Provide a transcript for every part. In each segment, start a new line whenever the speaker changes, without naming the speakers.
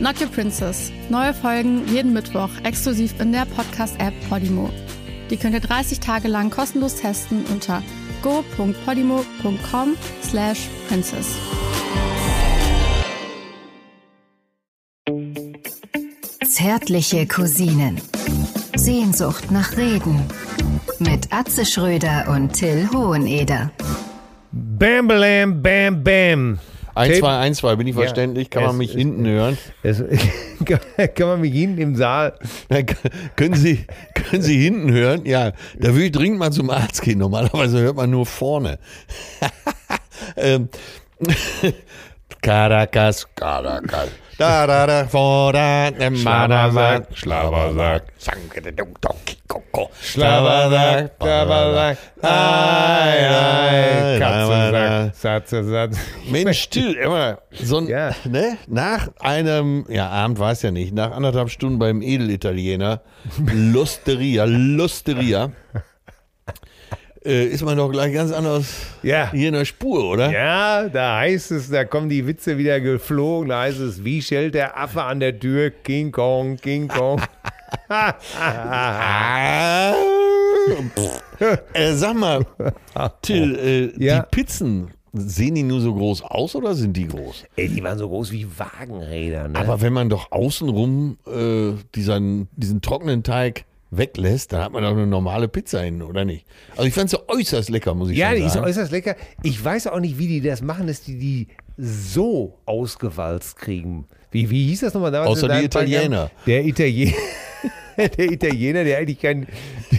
Not Your Princess. Neue Folgen jeden Mittwoch exklusiv in der Podcast-App Podimo. Die könnt ihr 30 Tage lang kostenlos testen unter go.podimo.com slash princess.
Zärtliche Cousinen. Sehnsucht nach Reden. Mit Atze Schröder und Till Hoheneder.
Bam, bam, bam, bam.
1,
Tape-
2, 1, 2, bin ich verständlich? Kann
es
man mich
ist- äh,
hinten hören?
Es, kann man mich hinten im Saal.
Na, k- können, Sie, können Sie hinten hören? Ja, da würde ich dringend mal zum Arzt gehen. Normalerweise hört man nur vorne. ähm, Caracas, Caracas. Da, da, da, vor, da, ne, ma, da, wa, Schlabersack,
Schlabersack, Schlabersack. Ei, ei, Katzensack, Satze, Satz.
Mensch, still, immer so ein,
Ja.
ne? Nach einem, ja, Abend war es ja nicht, nach anderthalb Stunden beim Edelitaliener, Lusteria, Lusteria, äh, ist man doch gleich ganz anders
Ja.
hier in der Spur, oder?
Ja, da heißt es, da kommen die Witze wieder geflogen. Da heißt es, wie schellt der Affe an der Tür? King Kong, King Kong.
Ah, pff. äh, sag mal, Till, äh,
Ja.
die Pizzen, sehen die nur so groß aus oder sind die groß?
Ey, die waren so groß wie Wagenräder, ne?
Aber wenn man doch außenrum äh, diesen, diesen trockenen Teig weglässt, dann hat man doch eine normale Pizza hin, oder nicht? Also ich fand sie äußerst lecker, muss ich
Ja, die
schon
ist
sagen.
äußerst lecker.
ich weiß auch nicht, wie die das machen, dass die die so ausgewalzt kriegen.
Wie, wie hieß das nochmal damals?
Außer
in deinem
die Italiener.
Programm? Der Italiener. Der Italiener, der eigentlich, kein,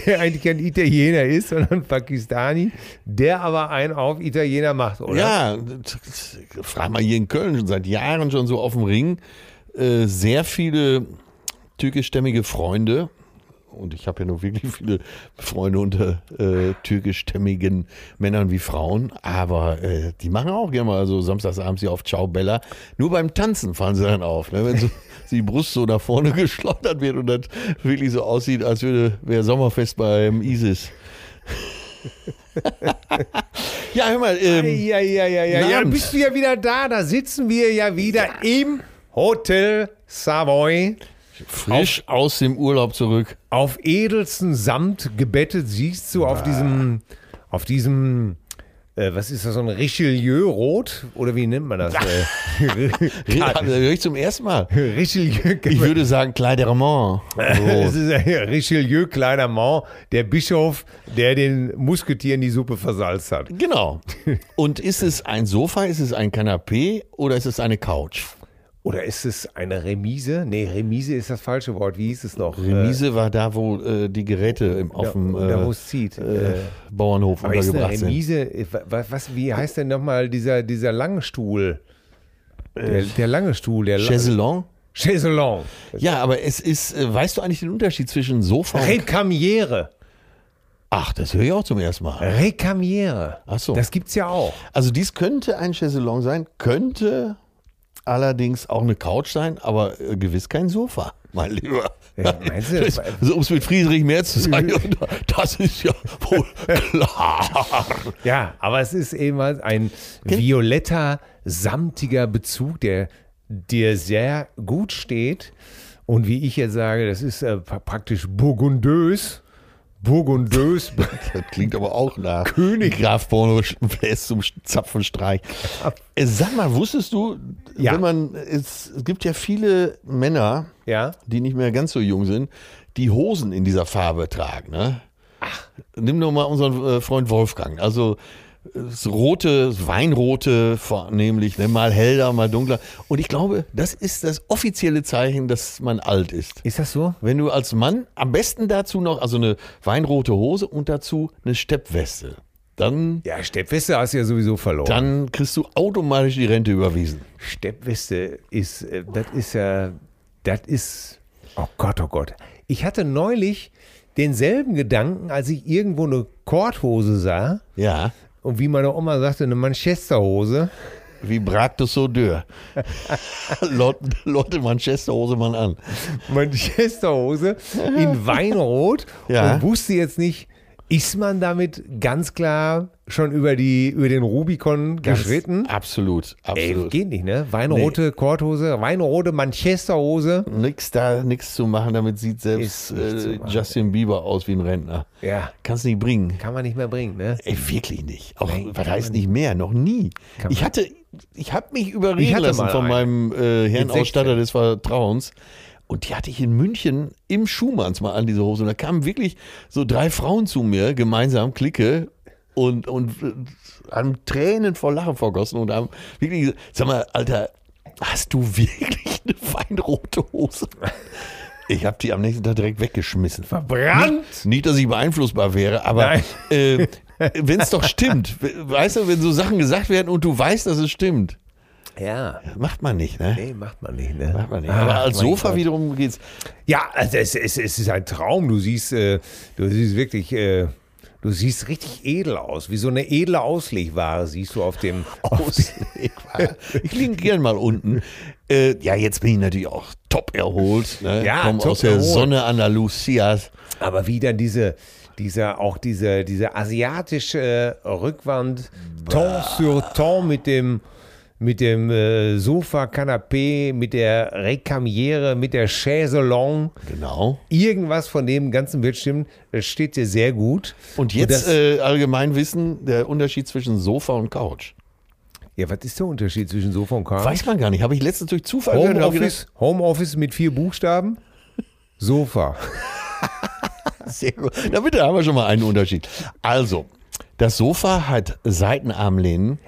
der eigentlich kein Italiener ist, sondern Pakistani, der aber einen auf Italiener macht, oder?
ja, t- t- frag mal hier in Köln schon seit Jahren schon so auf dem Ring. Äh, sehr viele türkischstämmige Freunde. Und ich habe ja nur wirklich viele Freunde unter äh, türkischstämmigen Männern wie Frauen. Aber äh, die machen auch gerne mal so samstagsabends hier auf Ciao Bella. Nur beim Tanzen fallen sie dann auf. Ne? Wenn so die Brust so nach vorne geschleudert wird und das wirklich so aussieht, als würde wäre Sommerfest beim ISIS. ja, hör mal. Ähm,
Ja, ja, ja, ja, ja.
Abend.
Dann bist du ja wieder da. Da sitzen wir ja wieder im Hotel Savoy.
Frisch aus dem Urlaub zurück.
Auf edelsten Samt gebettet siehst du auf diesem, auf diesem, äh, was ist das, so ein Richelieu-Rot? Oder wie nennt man das? Äh,
Ja, das höre ich zum ersten Mal.
Richelieu.
Ich würde sagen, Kleiderement.
Es ist ein Richelieu kleiner Mann, der Bischof, der den Musketieren die Suppe versalzt hat.
Genau. Und ist es ein Sofa, ist es ein Kanapee oder ist es eine Couch?
Oder ist es eine Remise? Nee, Remise ist das falsche Wort. Wie hieß es noch?
Äh. Remise war da, wo äh, die Geräte im, auf dem
da, wo
äh,
es zieht.
äh, Bauernhof
Aber ist eine
untergebracht sind.
Remise, äh, wa- wa- was, wie heißt denn nochmal dieser, dieser lange Stuhl? Der, der lange Stuhl, der lange
Äh, Chaiselon?
Chaiselon.
Ja, aber es ist, äh, weißt du eigentlich den Unterschied zwischen Sofa und...
Recamiere.
Ach, das höre ich auch zum ersten Mal.
Recamiere.
Äh. Ach so.
Das gibt's ja auch.
Also dies könnte ein Chaiselon sein, könnte allerdings auch eine Couch sein, aber äh, gewiss kein Sofa, mein Lieber.
Ja, meinst du?
Das- so, um es mit Friedrich Merz zu sagen, das ist ja wohl klar.
Ja, aber es ist eben halt ein violetter, samtiger Bezug, der dir sehr gut steht. Und wie ich jetzt sage, das ist äh, pra- praktisch burgundös. Burgundös.
Das klingt aber auch nach König Graf Porno bläst zum Zapfenstreich. Äh, Sag mal, wusstest du,
Ja.
wenn man es, es gibt ja viele Männer,
ja.
die nicht mehr ganz so jung sind, die Hosen in dieser Farbe tragen. Ne? Nimm nur mal unseren äh, Freund Wolfgang. Also äh, das rote, das weinrote vornehmlich, ne? mal heller, mal dunkler. Und ich glaube, das ist das offizielle Zeichen, dass man alt ist.
Ist das so?
Wenn du als Mann am besten dazu noch, also eine weinrote Hose und dazu eine Steppweste, dann,
Ja, Steppweste hast du ja sowieso verloren.
dann kriegst du automatisch die Rente überwiesen.
Steppweste ist, äh, das ist ja, das ist, oh Gott, oh Gott. Ich hatte neulich denselben Gedanken, als ich irgendwo eine Korthose sah
Ja.
und wie meine Oma sagte, eine Manchesterhose.
Wie bragt es so dürr? Leute, Leute, Manchester Hosemann an.
Manchesterhose in Weinrot
Ja.
und wusste jetzt nicht, ist man damit ganz klar schon über, die, über den Rubikon geschritten?
Absolut,
Ey,
absolut.
geht nicht, ne? Weinrote Korthose, weinrote Manchesterhose.
nix da, nix zu machen, damit sieht
Ist
selbst
nicht zu
äh,
machen,
Justin Bieber aus wie ein Rentner.
Ja.
Kannst nicht bringen.
Kann man nicht mehr bringen, ne?
Ey, wirklich nicht. Auch
Nein,
was
kann
heißt
man-
nicht mehr, noch nie.
Kann
Ich
man-
hatte, ich habe mich überreden
Ich hatte
lassen
mal
von
einen.
meinem äh, Herrn
Mit 16.
Ausstatter des Vertrauens. Und die hatte ich in München im Schumanns mal an, diese Hose. Und da kamen wirklich so drei Frauen zu mir, gemeinsam Clique. Und, und äh, haben Tränen vor Lachen vergossen und haben wirklich, gesagt, sag mal, Alter, hast du wirklich eine weinrote Hose? Ich habe die am nächsten Tag direkt weggeschmissen.
Verbrannt!
Nicht, dass ich beeinflussbar wäre, aber
Nein.
äh, wenn es doch stimmt, we- weißt du, wenn so Sachen gesagt werden und du weißt, dass es stimmt,
Ja.
macht man nicht, ne?
Nee, macht man nicht, ne?
Macht man nicht. Aber als Sofa wiederum geht's.
Ja, also es, es, es ist ein Traum. Du siehst, äh, du siehst wirklich, äh, du siehst richtig edel aus, wie so eine edle Auslegware siehst du auf dem.
Aus. Ich liege gern mal unten. Äh, ja, jetzt bin ich natürlich auch top erholt. Ne?
Ja,
Komm
top
aus der
erholt.
Sonne Andalusias.
Aber wie dann diese, dieser, auch diese, diese asiatische äh, Rückwand, Ton sur Ton mit dem, mit dem äh, Sofa, Kanapé, mit der Rekamiere, mit der Chaiselong.
Genau.
Irgendwas von dem Ganzen wird stimmen. Das steht dir sehr gut.
Und jetzt
das,
äh, allgemein wissen, der Unterschied zwischen Sofa und Couch.
ja, was ist der Unterschied zwischen Sofa und Couch?
Weiß man gar nicht. Habe ich letztens durch Zufall gehört. und hab
Homeoffice, Homeoffice mit vier Buchstaben. Sofa.
Sehr gut. Damit haben wir schon mal einen Unterschied. Also, das Sofa hat Seitenarmlehnen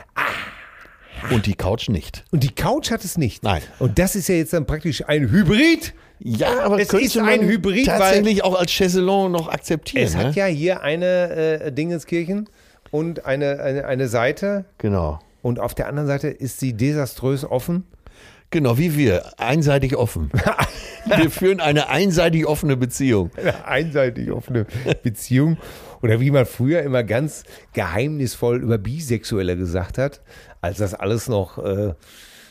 und die Couch nicht.
Und die Couch hat es nicht.
Nein.
Und das ist ja jetzt dann praktisch ein Hybrid.
Ja, aber
Es
könnte
ist
man
ein Hybrid, weil-
tatsächlich auch als Chaiselon noch akzeptieren.
Es
ne?
hat ja hier eine äh, Dingenskirchen und eine, eine, eine Seite.
genau.
Und auf der anderen Seite ist sie desaströs offen.
Genau, wie wir. Einseitig offen. wir führen eine einseitig offene Beziehung.
Eine einseitig offene Beziehung. Oder wie man früher immer ganz geheimnisvoll über Bisexuelle gesagt hat, als das alles noch, äh,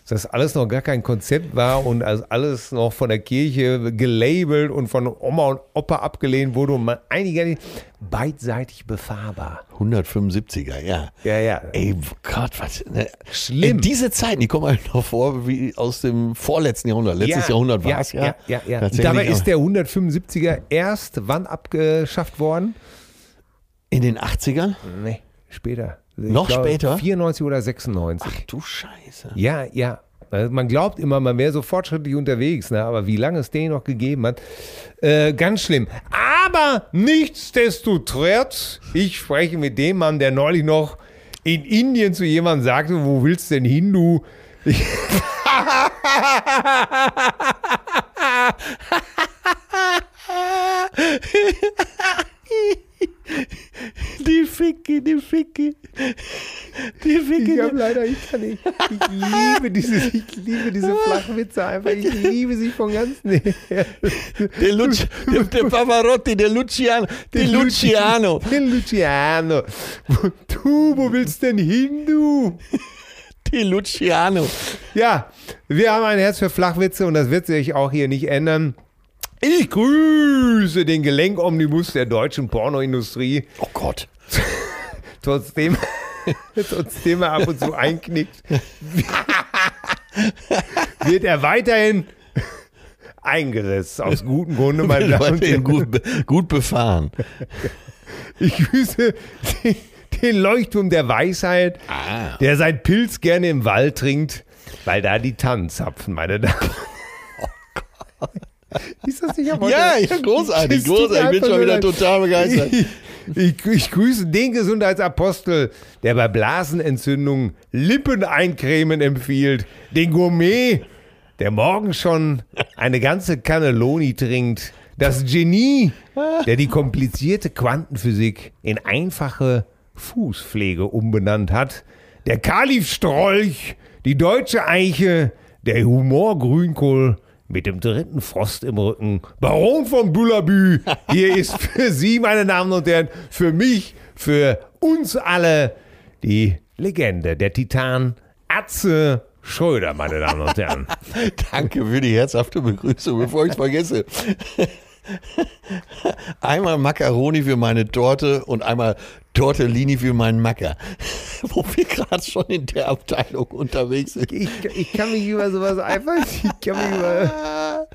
das alles noch gar kein Konzept war und als alles noch von der Kirche gelabelt und von Oma und Opa abgelehnt wurde und man einiger nicht beidseitig befahrbar.
175er, ja.
Ja, ja.
Ey, Gott, was. Ne?
Schlimm.
Ey, diese Zeiten, die kommen einem noch vor wie aus dem vorletzten Jahrhundert. Letztes Jahrhundert war es, ja.
Ja, ja, ja.
Tatsächlich,
Dabei
aber-
ist der 175er erst wann abgeschafft worden?
In den 80ern?
Nee, später. Ich
Noch später?
94 oder 96.
Ach du Scheiße.
Ja, ja. Also Man glaubt immer, man wäre so fortschrittlich unterwegs, ne? aber wie lange es den noch gegeben hat, äh, ganz schlimm. Aber nichtsdestotrotz, ich spreche mit dem Mann, der neulich noch in Indien zu jemandem sagte, wo willst denn hin, du? Ich-
Die Ficke, die Ficke. Die
Ich hab
Ficke.
leider, ich kann nicht. Ich liebe diese, ich liebe diese Flachwitze einfach. Ich liebe sie von ganzem Herzen.
Der, Luci, der, der Pavarotti, der Luciano. Der Luciano.
Der Luciano. Du, wo willst denn hin, du?
Der Luciano.
Ja, wir haben ein Herz für Flachwitze und das wird sich auch hier nicht ändern. Ich grüße den Gelenkomnibus der deutschen Pornoindustrie.
Oh Gott.
Trotzdem, trotzdem er ab und zu einknickt, wird er weiterhin eingesetzt. Aus gutem Grunde, meine Damen und
Weiterhin
Herren.
gut, be- gut befahren.
Ich grüße den, den Leuchtturm der Weisheit, der sein Pilz gerne im Wald trinkt, weil da die Tannen zapfen, meine Damen. Ist das nicht aber
Ja, ja, großartig,
Es tut mir
großartig. Ich bin
einfach
schon
nur
wieder
leid.
total begeistert.
Ich, ich grüße den Gesundheitsapostel, der bei Blasenentzündungen Lippen eincremen empfiehlt. Den Gourmet, der morgen schon eine ganze Cannelloni trinkt. Das Genie, der die komplizierte Quantenphysik in einfache Fußpflege umbenannt hat. Der Kalifstrolch, die deutsche Eiche, der Humor Grünkohl, mit dem dritten Frost im Rücken. Baron von Bulabü, hier ist für Sie, meine Damen und Herren, für mich, für uns alle die Legende, der Titan Atze Schröder, meine Damen und Herren.
Danke für die herzhafte Begrüßung, bevor ich es vergesse. Einmal Macaroni für meine Torte und einmal Tortellini für meinen Macker. Wo wir gerade schon in der Abteilung unterwegs sind.
Ich, ich kann mich über sowas einfach. Ich kann mich über,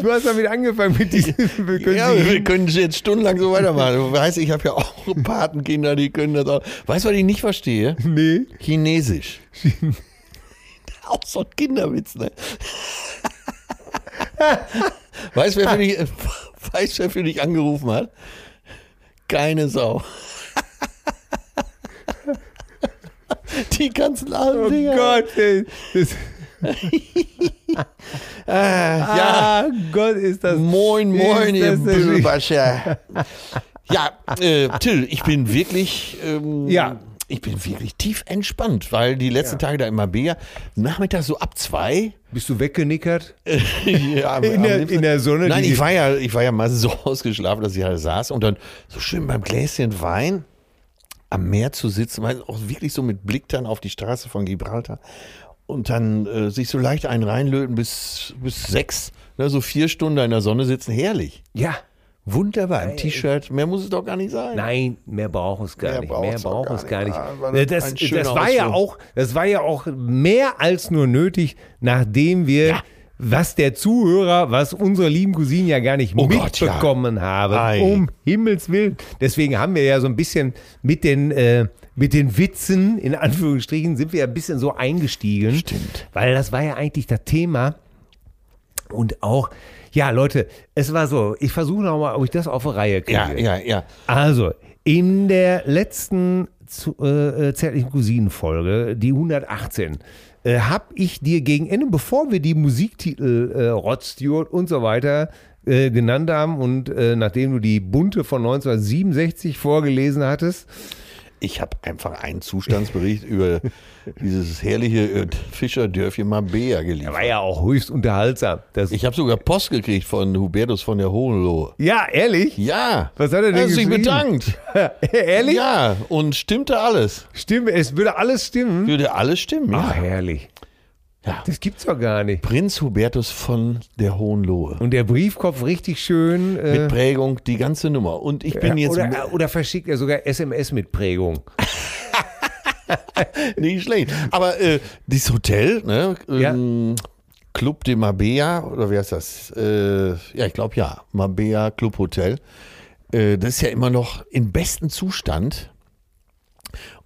du hast damit angefangen mit diesen. Wir können
ja,
Sie-
wir können jetzt stundenlang so weitermachen. Du weißt, ich habe ja auch Patenkinder, die können das auch. Weißt du, was ich nicht verstehe?
nee.
Chinesisch. auch so ein Kinderwitz, ne? weißt du, wer, für dich- weißt, wer für dich angerufen hat? Keine Sau. Die ganzen alten
Oh
Dinger.
Gott, ey. Das,
Ja,
Ah Gott, ist das.
moin,
ist
moin, ihr
das denn-
Böbascher. Ja, äh, Till, ich bin wirklich, ähm,
Ja.
ich bin wirklich tief entspannt, weil die letzten
Ja.
Tage da immer Bier, nachmittags so ab zwei,
Bist du weggenickert?
ja, am-
In
am
der-
liebsten-
in der Sonne,
Nein,
die-
ich war, ja, ich war ja mal so ausgeschlafen, dass ich halt saß und dann so schön beim Gläschen Wein am Meer zu sitzen, weil auch wirklich so mit Blick dann auf die Straße von Gibraltar und dann äh, sich so leicht einen reinlöten bis, bis sechs, ne, so vier Stunden da in der Sonne sitzen, herrlich.
Ja.
Wunderbar, ein T-Shirt, mehr muss es doch gar nicht sein.
Nein, mehr braucht es gar
Mehr
nicht.
braucht's
Mehr
doch
braucht
gar
es gar
nicht.
nicht.
Ah, war das
das,
ein
das,
schöner
war ja auch,
Ausflug.
das war ja auch mehr als nur nötig, nachdem wir, was der Zuhörer, was unsere lieben Cousinen ja gar nicht
Oh Gott, ja.
mitbekommen haben,
Ei.
um Himmels Willen. Deswegen haben wir ja so ein bisschen mit den, äh, mit den Witzen, in Anführungsstrichen, sind wir ein bisschen so eingestiegen.
Stimmt.
Weil das war ja eigentlich das Thema. Und auch, ja, Leute, es war so, ich versuche nochmal, ob ich das auf die Reihe kriege.
Ja, ja, ja.
Also, in der letzten zu, äh, äh, zärtlichen Cousinen-Folge, die 118, äh, habe ich dir gegen Ende, bevor wir die Musiktitel äh, Rod Stewart und so weiter äh, genannt haben und äh, nachdem du die bunte von 1967 vorgelesen hattest,
Ich habe einfach einen Zustandsbericht über dieses herrliche äh, Fischerdörfchen Mabea geliefert.
war ja auch höchst unterhaltsam. Das,
Ich habe sogar Post gekriegt von Hubertus von der Hohenlohe.
ja, ehrlich?
Ja.
Was hat er denn
Er hat sich
geschrieben?
bedankt.
ehrlich?
Ja, und stimmte alles.
Stimmt, es würde alles stimmen.
Würde alles stimmen.
Ach,
Ja.
herrlich.
Ja.
Das gibt's doch gar nicht.
Prinz Hubertus von der Hohenlohe.
Und der Briefkopf richtig schön. Äh,
Mit Prägung, die ganze Nummer. Und ich bin jetzt
oder, oder verschickt er sogar SMS mit Prägung.
nicht schlecht. Aber äh, dieses Hotel, ne?
Ja.
Ähm, Club de Mabea, oder wie heißt das? Äh, ja, ich glaube ja. Mabea Club Hotel. Äh, das ist ja immer noch im besten Zustand.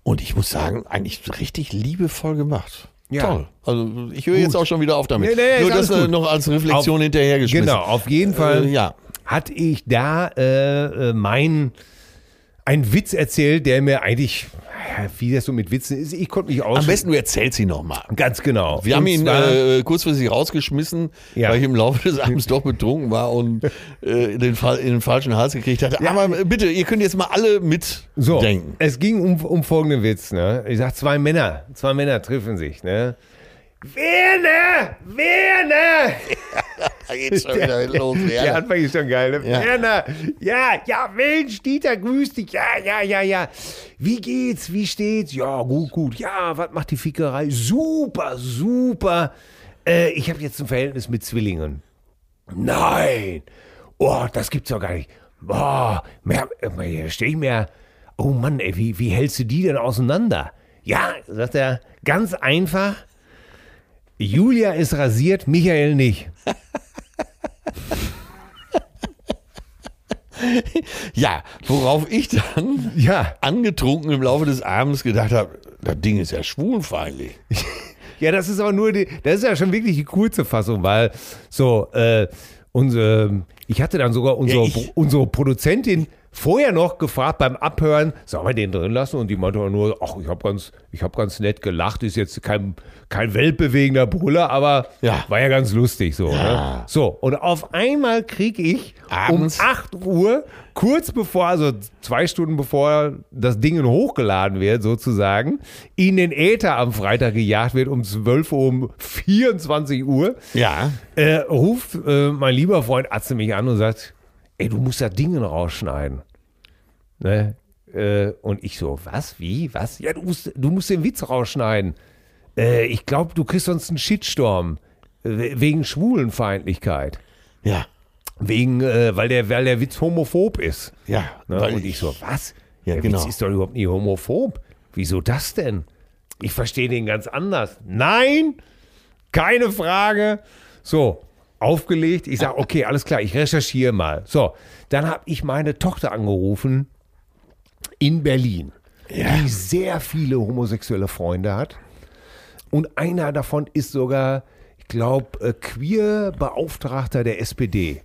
Und ich muss sagen, eigentlich richtig liebevoll gemacht.
Ja.
Toll. Also ich höre jetzt auch schon wieder auf
Nee,
damit.
nee,
Nur
ist alles
das äh,
gut.
noch als Reflexion
Auf-
hinterhergeschmissen.
Genau, auf jeden Fall
Äh, ja.
hatte ich da äh, äh, mein einen Witz erzählt, der mir eigentlich, ja, wie das so mit Witzen ist, ich konnte mich aus.
Am besten du erzählst sie nochmal.
Ganz genau.
Wir haben
Und
ihn
zwar-
äh, kurzfristig rausgeschmissen,
Ja.
weil ich im Laufe des Abends doch betrunken war und äh, den Fall in den falschen Hals gekriegt hatte. Aber äh, bitte, ihr könnt jetzt mal alle
So,
mitdenken.
es ging um, um folgenden Witz. Ne? Ich sag, zwei Männer, zwei Männer treffen sich. Ne? Werner, Werner!
Da geht's schon wieder los. Ja.
Der Anfang ist schon geil. Ne?
Ja.
Werner, ja, ja, Mensch, Dieter, grüß dich. Ja, ja, ja, ja. Wie geht's? Wie steht's? Ja, gut, gut. Ja, was macht die Fickerei? Super, super. Äh, ich habe jetzt ein Verhältnis mit Zwillingen. Nein! Oh, das gibt's doch gar nicht. Boah, mehr, mehr, steh ich mir. Oh Mann, ey, wie, wie hältst du die denn auseinander? Ja, sagt er, ganz einfach. Julia ist rasiert, Michael nicht.
ja, worauf ich dann
Ja,
angetrunken im Laufe des Abends gedacht habe, das Ding ist ja schwulenfeindlich.
ja, das ist aber nur die, das ist ja schon wirklich die kurze Fassung, weil so äh, unsere Ich hatte dann sogar unsere,
ich-
unsere Produzentin vorher noch gefragt beim Abhören, sollen wir den drin lassen? Und die meinte auch nur, ach, ich habe ganz, ich hab ganz nett gelacht, ist jetzt kein, kein weltbewegender Brüller, aber
Ja.
war ja ganz lustig so.
Ja.
Ne? So, und auf einmal kriege ich
Abends.
um 8 Uhr, kurz bevor, also zwei Stunden bevor das Ding hochgeladen wird sozusagen, in den Äther am Freitag gejagt wird um 12 Uhr, um 24 Uhr,
Ja.
äh, ruft äh, mein lieber Freund Atze mich an und sagt, ey, du musst da Dinge rausschneiden. Ne? Äh, und ich so, was, wie, was? Ja, du musst, du musst den Witz rausschneiden. Äh, ich glaube, du kriegst sonst einen Shitstorm äh, wegen Schwulenfeindlichkeit.
Ja.
Wegen, äh, weil, der, weil der Witz homophob ist.
Ja.
Ne?
weil
und ich so, was?
Ja,
der
genau.
Witz ist doch überhaupt nicht homophob. Wieso das denn? Ich verstehe den ganz anders. Nein, keine Frage. So, aufgelegt. Ich sage, okay, alles klar, ich recherchiere mal. So, dann habe ich meine Tochter angerufen in Berlin, die sehr viele homosexuelle Freunde hat. Und einer davon ist sogar, ich glaube, Queer-Beauftragter der SPD.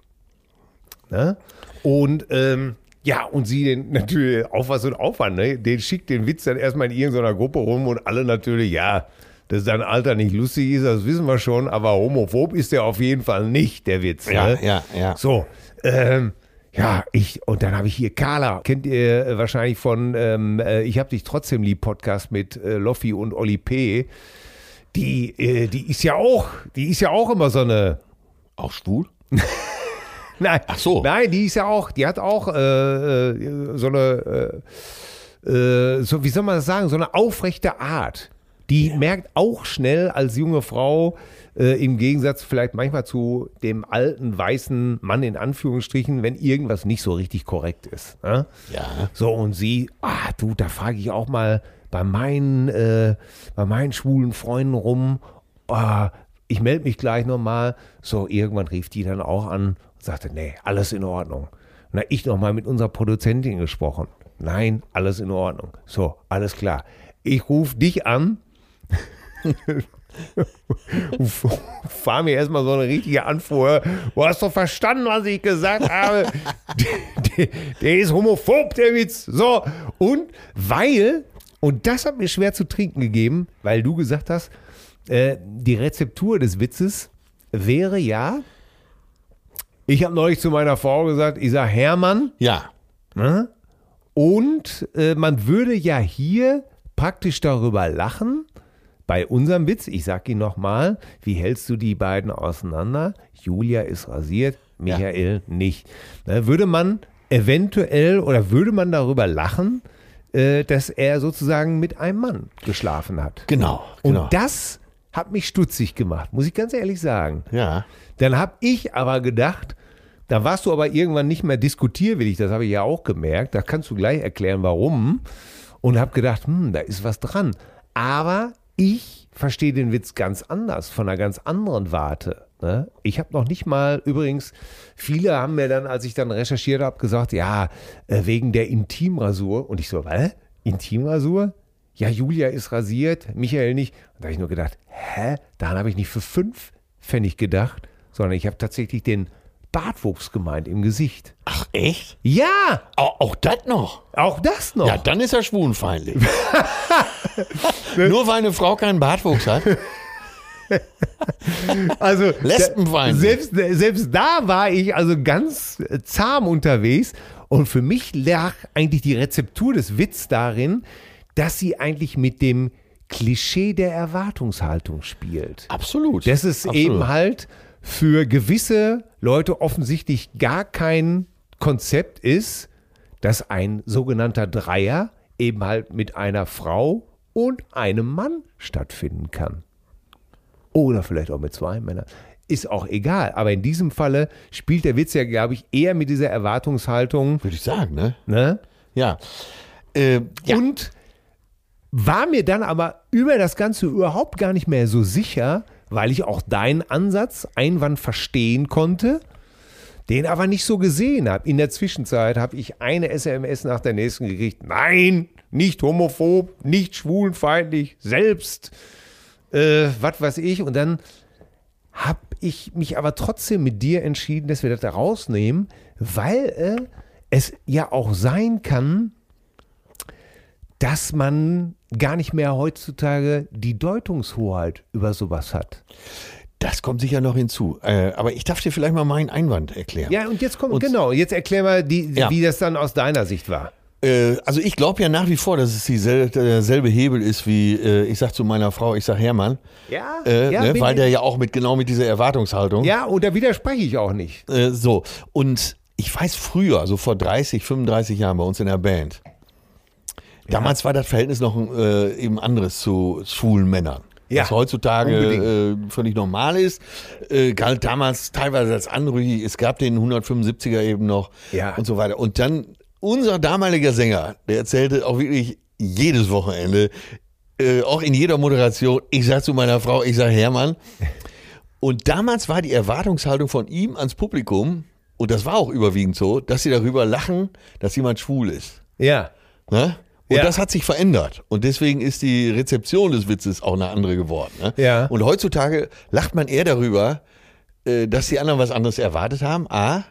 Ne? Und ähm, ja, und sie den natürlich auf was und Aufwand, ne? Den schickt den Witz dann erstmal in irgendeiner Gruppe rum und alle natürlich, ja, dass sein Alter nicht lustig ist, das wissen wir schon, aber homophob ist der auf jeden Fall nicht, der Witz.
Ja,
ne?
ja, ja.
So, ähm, ja, ich, und dann habe ich hier Carla, kennt ihr äh, wahrscheinlich von ähm, äh, Ich hab dich trotzdem lieb Podcast mit äh, Loffi und Oli P. Die, äh, die ist ja auch, die ist ja auch immer so eine
Auch schwul?
Nein.
Ach so.
Nein, die ist ja auch, die hat auch äh, äh, so eine, äh, äh, so, wie soll man das sagen, so eine aufrechte Art. Die merkt auch schnell als junge Frau, äh, im Gegensatz vielleicht manchmal zu dem alten weißen Mann in Anführungsstrichen, wenn irgendwas nicht so richtig korrekt ist. Ne?
Ja.
So, und sie, ah, du, da frage ich auch mal bei meinen, äh, bei meinen schwulen Freunden rum. Ah, ich melde mich gleich nochmal. So, irgendwann rief die dann auch an und sagte, nee, alles in Ordnung. Na, ich nochmal mit unserer Produzentin gesprochen. Nein, alles in Ordnung. So, alles klar. Ich rufe dich an. fahr mir erstmal so eine richtige Anfuhr. Du hast doch verstanden, was ich gesagt habe. der, der ist homophob, der Witz. So, und weil, und das hat mir schwer zu trinken gegeben, weil du gesagt hast, äh, die Rezeptur des Witzes wäre ja, ich habe neulich zu meiner Frau gesagt, ich sage Hermann,
Ja.
und äh, man würde ja hier praktisch darüber lachen, bei unserem Witz, ich sag ihn nochmal, wie hältst du die beiden auseinander? Julia ist rasiert, Michael nicht. Ne, würde man eventuell oder würde man darüber lachen, äh, dass er sozusagen mit einem Mann geschlafen hat?
Genau.
Und
genau.
das hat mich stutzig gemacht, muss ich ganz ehrlich sagen.
ja.
Dann habe ich aber gedacht, da warst du aber irgendwann nicht mehr diskutierwillig, das habe ich ja auch gemerkt. Da kannst du gleich erklären, warum. Und habe gedacht, hm, da ist was dran. Aber ich verstehe den Witz ganz anders, von einer ganz anderen Warte. Ne? Ich habe noch nicht mal, übrigens, viele haben mir dann, als ich dann recherchiert habe, gesagt, ja, äh, wegen der Intimrasur. Und ich so, hä? Intimrasur? Ja, Julia ist rasiert, Michael nicht. Und da habe ich nur gedacht, hä? Daran habe ich nicht für fünf Pfennig gedacht, sondern ich habe tatsächlich den Bartwuchs gemeint im Gesicht.
Ach, echt?
Ja,
Au- auch das noch?
auch das noch.
Ja, dann ist er schwulenfeindlich. Nur weil eine Frau keinen Bartwuchs hat.
also
Lesbenwein.
Selbst, selbst da war ich also ganz äh, zahm unterwegs und für mich lag eigentlich die Rezeptur des Witz darin, dass sie eigentlich mit dem Klischee der Erwartungshaltung spielt.
Absolut.
Dass es
Absolut.
eben halt für gewisse Leute offensichtlich gar kein Konzept ist, dass ein sogenannter Dreier eben halt mit einer Frau und einem Mann stattfinden kann. Oder vielleicht auch mit zwei Männern. Ist auch egal. Aber in diesem Falle spielt der Witz ja, glaube ich, eher mit dieser Erwartungshaltung.
Würde ich sagen, ne?
Ne?
Ja. Äh, ja.
Und war mir dann aber über das Ganze überhaupt gar nicht mehr so sicher, weil ich auch deinen Ansatz, Einwand verstehen konnte, den aber nicht so gesehen habe. In der Zwischenzeit habe ich eine SMS nach der nächsten gekriegt. Nein, nicht homophob, nicht schwulenfeindlich, selbst, äh, was weiß ich. Und dann habe ich mich aber trotzdem mit dir entschieden, dass wir das da rausnehmen, weil äh, es ja auch sein kann, dass man gar nicht mehr heutzutage die Deutungshoheit über sowas hat.
Das kommt sicher noch hinzu. Äh, aber ich darf dir vielleicht mal meinen Einwand erklären.
Ja, und jetzt kommt, genau, jetzt erklär mal, die,
Ja.
wie das dann aus deiner Sicht war.
Äh, also ich glaube ja nach wie vor, dass es dieselbe, derselbe Hebel ist wie, äh, ich sag zu meiner Frau, ich sag Hermann.
Ja,
Äh,
ja,
ne,
bin
weil
ich-
der ja auch mit genau mit dieser Erwartungshaltung.
Ja, und da widerspreche ich auch nicht.
Äh, so. Und ich weiß früher, so vor 30, 35 Jahren bei uns in der Band, damals war das Verhältnis noch äh, eben anderes zu schwulen Männern.
Ja,
was heutzutage äh, völlig normal ist, äh, galt damals teilweise als anrüchig. Es gab den 175er eben noch
Ja.
und so weiter. Und dann unser damaliger Sänger, der erzählte auch wirklich jedes Wochenende, äh, auch in jeder Moderation, ich sag zu meiner Frau, ich sag Hermann, und damals war die Erwartungshaltung von ihm ans Publikum, und das war auch überwiegend so, dass sie darüber lachen, dass jemand schwul ist.
Ja.
Ne? Und
Ja.
das hat sich verändert. Und deswegen ist die Rezeption des Witzes auch eine andere geworden. Ne?
Ja.
Und heutzutage lacht man eher darüber, äh, dass die anderen was anderes erwartet haben, A,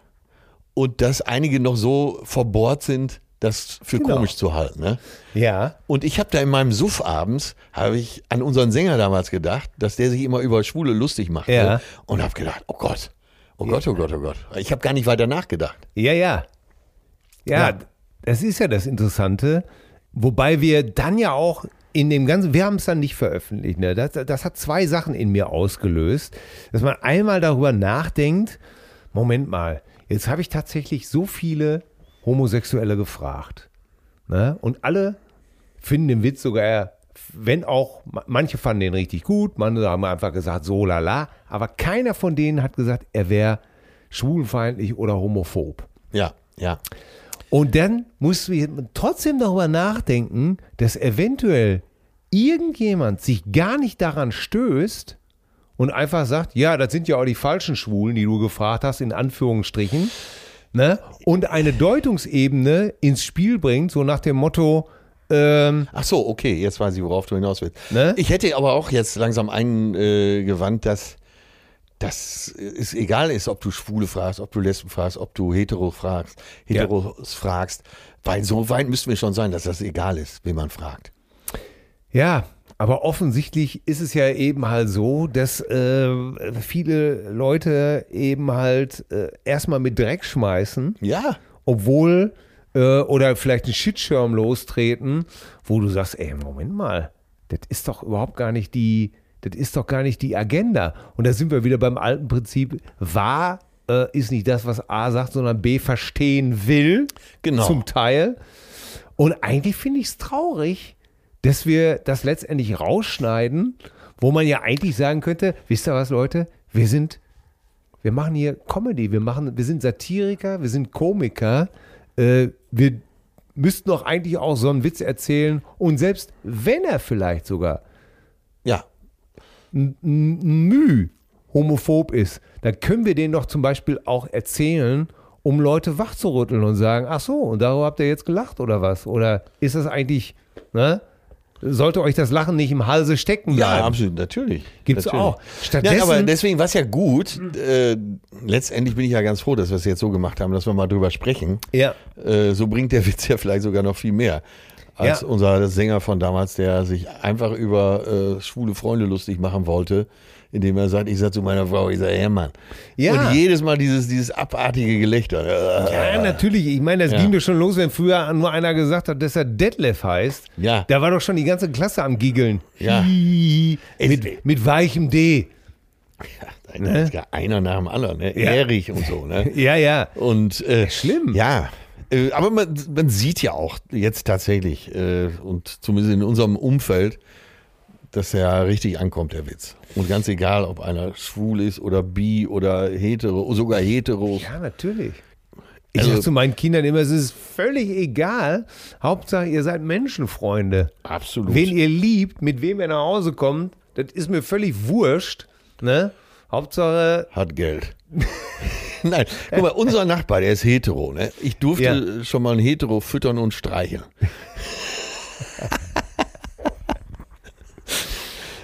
und dass einige noch so verbohrt sind, das für
Genau.
komisch zu halten. Ne?
Ja.
Und ich habe da in meinem Suff abends, habe ich an unseren Sänger damals gedacht, dass der sich immer über Schwule lustig macht. ne?
Ja.
Und habe gedacht, oh Gott, oh Gott, oh Gott, oh Gott. Ich habe gar nicht weiter nachgedacht.
Ja, ja. Ja,
Ja.
das ist ja das Interessante. Wobei wir dann ja auch in dem Ganzen, wir haben es dann nicht veröffentlicht. Ne? Das, das hat zwei Sachen in mir ausgelöst. Dass man einmal darüber nachdenkt, Moment mal, jetzt habe ich tatsächlich so viele Homosexuelle gefragt. Ne? Und alle finden den Witz sogar, wenn auch, ma- manche fanden den richtig gut, manche haben einfach gesagt, so lala. Aber keiner von denen hat gesagt, er wäre schwulenfeindlich oder homophob.
Ja, ja.
Und dann musst du trotzdem darüber nachdenken, dass eventuell irgendjemand sich gar nicht daran stößt und einfach sagt, ja, das sind ja auch die falschen Schwulen, die du gefragt hast, in Anführungsstrichen. Ne? Und eine Deutungsebene ins Spiel bringt, so nach dem Motto, ähm,
Ach so, okay, jetzt weiß ich, worauf du hinaus willst.
Ne?
Ich hätte aber auch jetzt langsam eingewandt, äh, dass, dass es egal ist, ob du Schwule fragst, ob du Lesben fragst, ob du Hetero fragst, Heteros fragst, weil so weit müssen wir schon sein, dass das egal ist, wen man fragt.
ja, aber offensichtlich ist es ja eben halt so, dass äh, viele Leute eben halt äh, erstmal mit Dreck schmeißen.
Ja.
obwohl äh, oder vielleicht einen Shitschirm lostreten, wo du sagst, ey, Moment mal, das ist doch überhaupt gar nicht die, das ist doch gar nicht die Agenda. Und da sind wir wieder beim alten Prinzip, wahr äh, ist nicht das, was A sagt, sondern B verstehen will,
Genau.
zum Teil. Und eigentlich finde ich es traurig, dass wir das letztendlich rausschneiden, wo man ja eigentlich sagen könnte, wisst ihr was, Leute, wir sind wir machen hier Comedy, wir machen, wir sind Satiriker, wir sind Komiker, äh, wir müssten doch eigentlich auch so einen Witz erzählen und selbst wenn er vielleicht sogar
Ja,
müh homophob ist, dann können wir den doch zum Beispiel auch erzählen, um Leute wachzurütteln und sagen, ach so, und darüber habt ihr jetzt gelacht oder was? Oder ist das eigentlich, ne? Sollte euch das Lachen nicht im Halse stecken
Ja,
bleiben?
absolut, natürlich.
Gibt's
natürlich.
auch. Stattdessen-
Ja, aber deswegen war es ja gut. Äh, letztendlich bin ich ja ganz froh, dass wir es jetzt so gemacht haben, dass wir mal drüber sprechen.
Ja.
Äh, so bringt der Witz ja vielleicht sogar noch viel mehr als
Ja.
unser Sänger von damals, der sich einfach über äh, schwule Freunde lustig machen wollte, indem er sagt, ich sag zu meiner Frau, ich sag, ja Mann.
Ja.
Und jedes Mal dieses, dieses abartige Gelächter.
Ja, natürlich. Ich meine, das
Ja.
ging doch schon los, wenn früher nur einer gesagt hat, dass er Detlef heißt.
Ja.
Da war doch schon die ganze Klasse am Giggeln.
Ja.
Hihihi.
Es-
Mit, mit weichem D.
Da ist ja einer nach dem anderen, ne?
Ne? Ja.
Erich und so. Ne?
Ja, ja.
Und äh,
schlimm.
Ja. Äh, Aber man, man sieht ja auch jetzt tatsächlich, äh, und zumindest in unserem Umfeld, dass er richtig ankommt, der Witz. Und ganz egal, ob einer schwul ist oder bi oder hetero, sogar hetero.
Ja, natürlich. Ich
Also-
sag zu meinen Kindern immer, es ist völlig egal. Hauptsache, ihr seid Menschenfreunde.
Absolut.
Wen ihr liebt, mit wem ihr nach Hause kommt, das ist mir völlig wurscht. Ne? Hauptsache,
Hat Geld. Nein, guck mal, unser Nachbar, der ist hetero. Ne? Ich durfte
Ja.
schon mal einen hetero füttern und streicheln.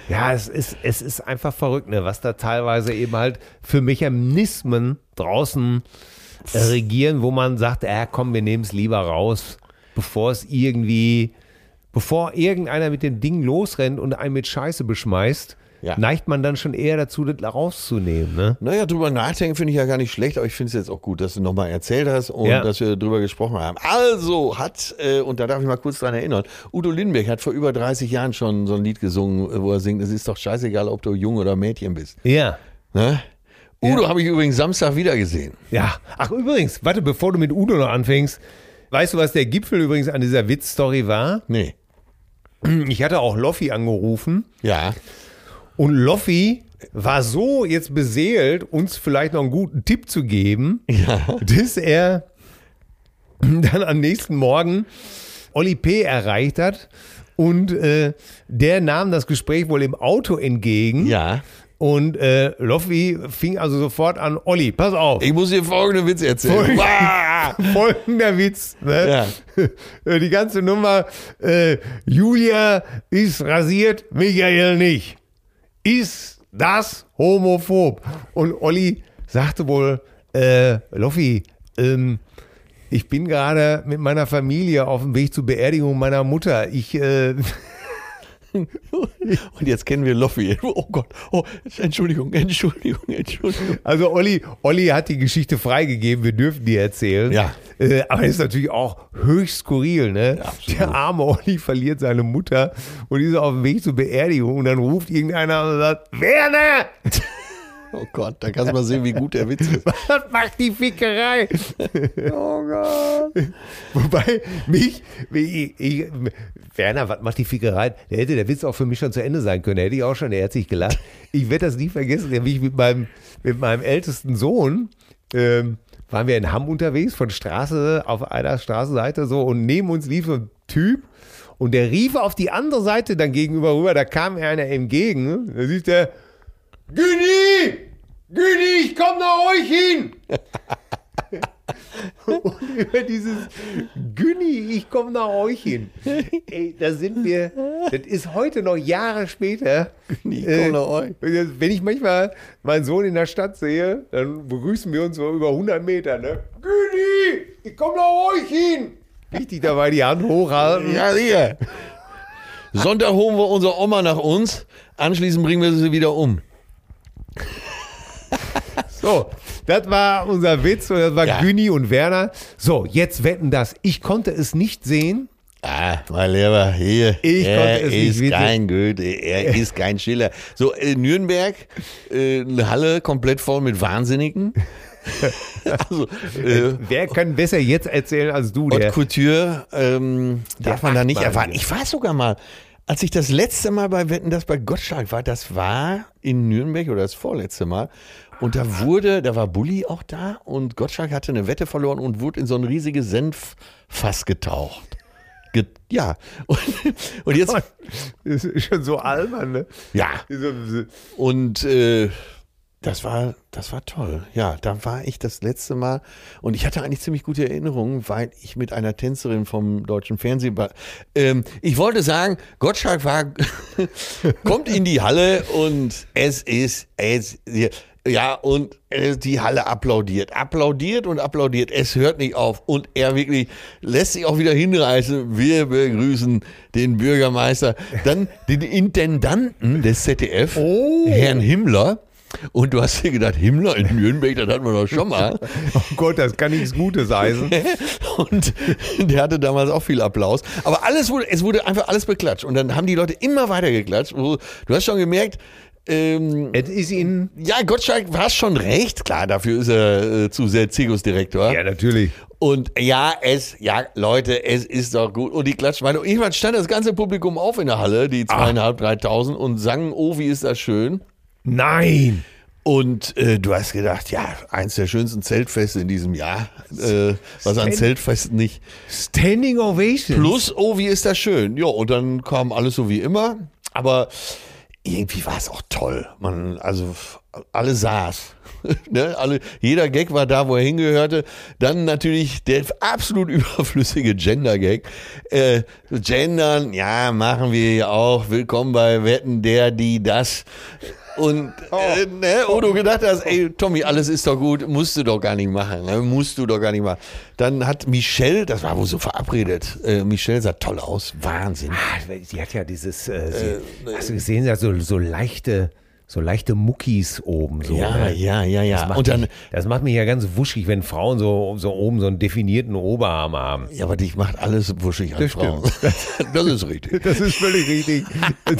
Ja, es ist, es ist einfach verrückt, ne, was da teilweise eben halt für Mechanismen draußen äh, regieren, wo man sagt, äh, komm, wir nehmen es lieber raus, bevor es irgendwie, bevor irgendeiner mit dem Ding losrennt und einen mit Scheiße beschmeißt,
Ja.
neigt man dann schon eher dazu, das rauszunehmen. Ne?
Naja, drüber nachdenken finde ich ja gar nicht schlecht, aber ich finde es jetzt auch gut, dass du nochmal erzählt hast und
Ja.
dass wir drüber gesprochen haben. Also hat, äh, und da darf ich mal kurz dran erinnern, Udo Lindenberg hat vor über 30 Jahren schon so ein Lied gesungen, äh, wo er singt, es ist doch scheißegal, ob du jung oder Mädchen bist.
Ja.
Ne? Udo habe ich übrigens Samstag wieder gesehen.
Ja, ach übrigens, warte, bevor du mit Udo noch anfängst, weißt du, was der Gipfel übrigens an dieser Witzstory war?
Nee.
Ich hatte auch Loffi angerufen
Ja.
und Loffi war so jetzt beseelt, uns vielleicht noch einen guten Tipp zu geben, dass er dann am nächsten Morgen Oli P. erreicht hat und äh, der nahm das Gespräch wohl im Auto entgegen
Ja.
und äh, Loffi fing also sofort an, Olli, pass auf.
Ich muss dir folgenden Witz erzählen.
Folgenden-
Wah!
Folgender Witz. Ne? Die ganze Nummer. Äh, Julia ist rasiert, Michael nicht. Ist das homophob? Und Olli sagte wohl, äh, Loffi, ähm, ich bin gerade mit meiner Familie auf dem Weg zur Beerdigung meiner Mutter. Ich, äh,
Und jetzt kennen wir Loffi. Oh Gott. Oh, Entschuldigung, Entschuldigung, Entschuldigung.
also Olli, Olli hat die Geschichte freigegeben, wir dürfen die erzählen.
Ja.
Äh, aber ist natürlich auch höchst skurril, ne?
absolut.
Der arme Olli verliert seine Mutter und ist auf dem Weg zur Beerdigung und dann ruft irgendeiner und sagt, Werner,
Oh Gott, da kannst du mal sehen, wie gut der Witz ist.
was macht die Fickerei? oh Gott. Wobei mich, ich, ich, Werner, was macht die Fickerei? Der hätte der Witz auch für mich schon zu Ende sein können. Da hätte ich auch schon herzlich gelacht. Ich werde das nie vergessen, wie ich mit meinem, mit meinem ältesten Sohn, ähm, waren wir in Hamm unterwegs, von Straße auf einer Straßenseite so und neben uns lief so ein Typ und der rief auf die andere Seite dann gegenüber rüber, da kam einer entgegen, da sieht der, Günni! Günni, ich komm nach euch hin! Und über dieses Günni, ich komm nach euch hin. Ey, da sind wir, das ist heute noch Jahre später. Äh,
Günni, ich komm nach euch.
Wenn ich manchmal meinen Sohn in der Stadt sehe, dann begrüßen wir uns so über 100 Meter, ne? Günni, ich komm nach euch hin! Wichtig dabei die Hand hochhalten.
Ja, sicher. Sonntag holen wir unsere Oma nach uns, anschließend bringen wir sie wieder um.
So, das war unser Witz und das war
Ja.
Günni und Werner. So, jetzt wetten das. Ich konnte es nicht sehen.
Ah, mein Lieber, hier.
Ich
er
konnte es nicht
ist
wissen.
kein Goethe, er ist kein Schiller. So, äh, Nürnberg, äh, eine Halle komplett voll mit Wahnsinnigen. also, äh,
Wer kann besser jetzt erzählen als du?
Haute
Der,
Couture ähm, darf man da nicht
Achtmalige.
erfahren. Ich war sogar mal, als ich das letzte Mal bei Wetten, das bei Gottschalk war, das war in Nürnberg oder das vorletzte Mal. Und da wurde, da war Bulli auch da und Gottschalk hatte eine Wette verloren und wurde in so ein riesiges Senffass getaucht. Ge ja. Und, und jetzt,
das ist schon so albern, ne?
ja.
So- so-
Und äh, das war, das war toll. Ja, da war ich das letzte Mal und ich hatte eigentlich ziemlich gute Erinnerungen, weil ich mit einer Tänzerin vom deutschen Fernsehen war. Ähm, ich wollte sagen, Gottschalk war, kommt in die Halle und es ist, es, ja, und äh, die Halle applaudiert, applaudiert und applaudiert. Es hört nicht auf und er wirklich lässt sich auch wieder hinreißen. Wir begrüßen den Bürgermeister, dann den Intendanten des ZDF, Herrn Himmler. Und du hast dir gedacht, Himmler in Nürnberg, das hatten wir doch schon mal.
Oh Gott, das kann nichts Gutes heißen.
Und der hatte damals auch viel Applaus. Aber alles wurde, es wurde einfach alles beklatscht. Und dann haben die Leute immer weiter geklatscht. Du hast schon gemerkt, ähm,
es ist ihnen.
ja, Gottschalk war schon recht. Klar, dafür ist er äh, zu sehr Zirkusdirektor.
Ja, natürlich.
Und ja, es, ja, Leute, es ist doch gut. Und die klatschen weiter. Und irgendwann stand das ganze Publikum auf in der Halle, die zweieinhalb, dreitausend, und sangen, oh, wie ist das schön.
Nein!
Und äh, du hast gedacht, ja, eins der schönsten Zeltfeste in diesem Jahr. Äh, was an
Stand-
Zeltfesten nicht.
Standing Ovation.
Plus, oh, wie ist das schön. Ja, und dann kam alles so wie immer. Aber irgendwie war es auch toll. Man, also f- alle saß. ne? alle, jeder Gag war da, wo er hingehörte. Dann natürlich der absolut überflüssige Gender-Gag. Äh, gendern, ja, machen wir ja auch. Willkommen bei Wetten, der, die, das. Und äh, ne, wo du gedacht hast, ey, Tommy, alles ist doch gut, musst du doch gar nicht machen, ne? musst du doch gar nicht machen. Dann hat Michelle, das war wohl so verabredet, äh, Michelle sah toll aus, Wahnsinn.
Ah, Sie hat ja dieses, äh, sie, hast du gesehen, sie hat so, so leichte, so leichte Muckis oben. So,
Ja,
ne?
ja, ja, ja.
Das macht,
Und dann,
mich, das macht mich ja ganz wuschig, wenn Frauen so, so oben so einen definierten Oberarm haben.
Ja, aber dich macht alles wuschig an
Das
Frauen. Das ist richtig.
Das ist völlig richtig. das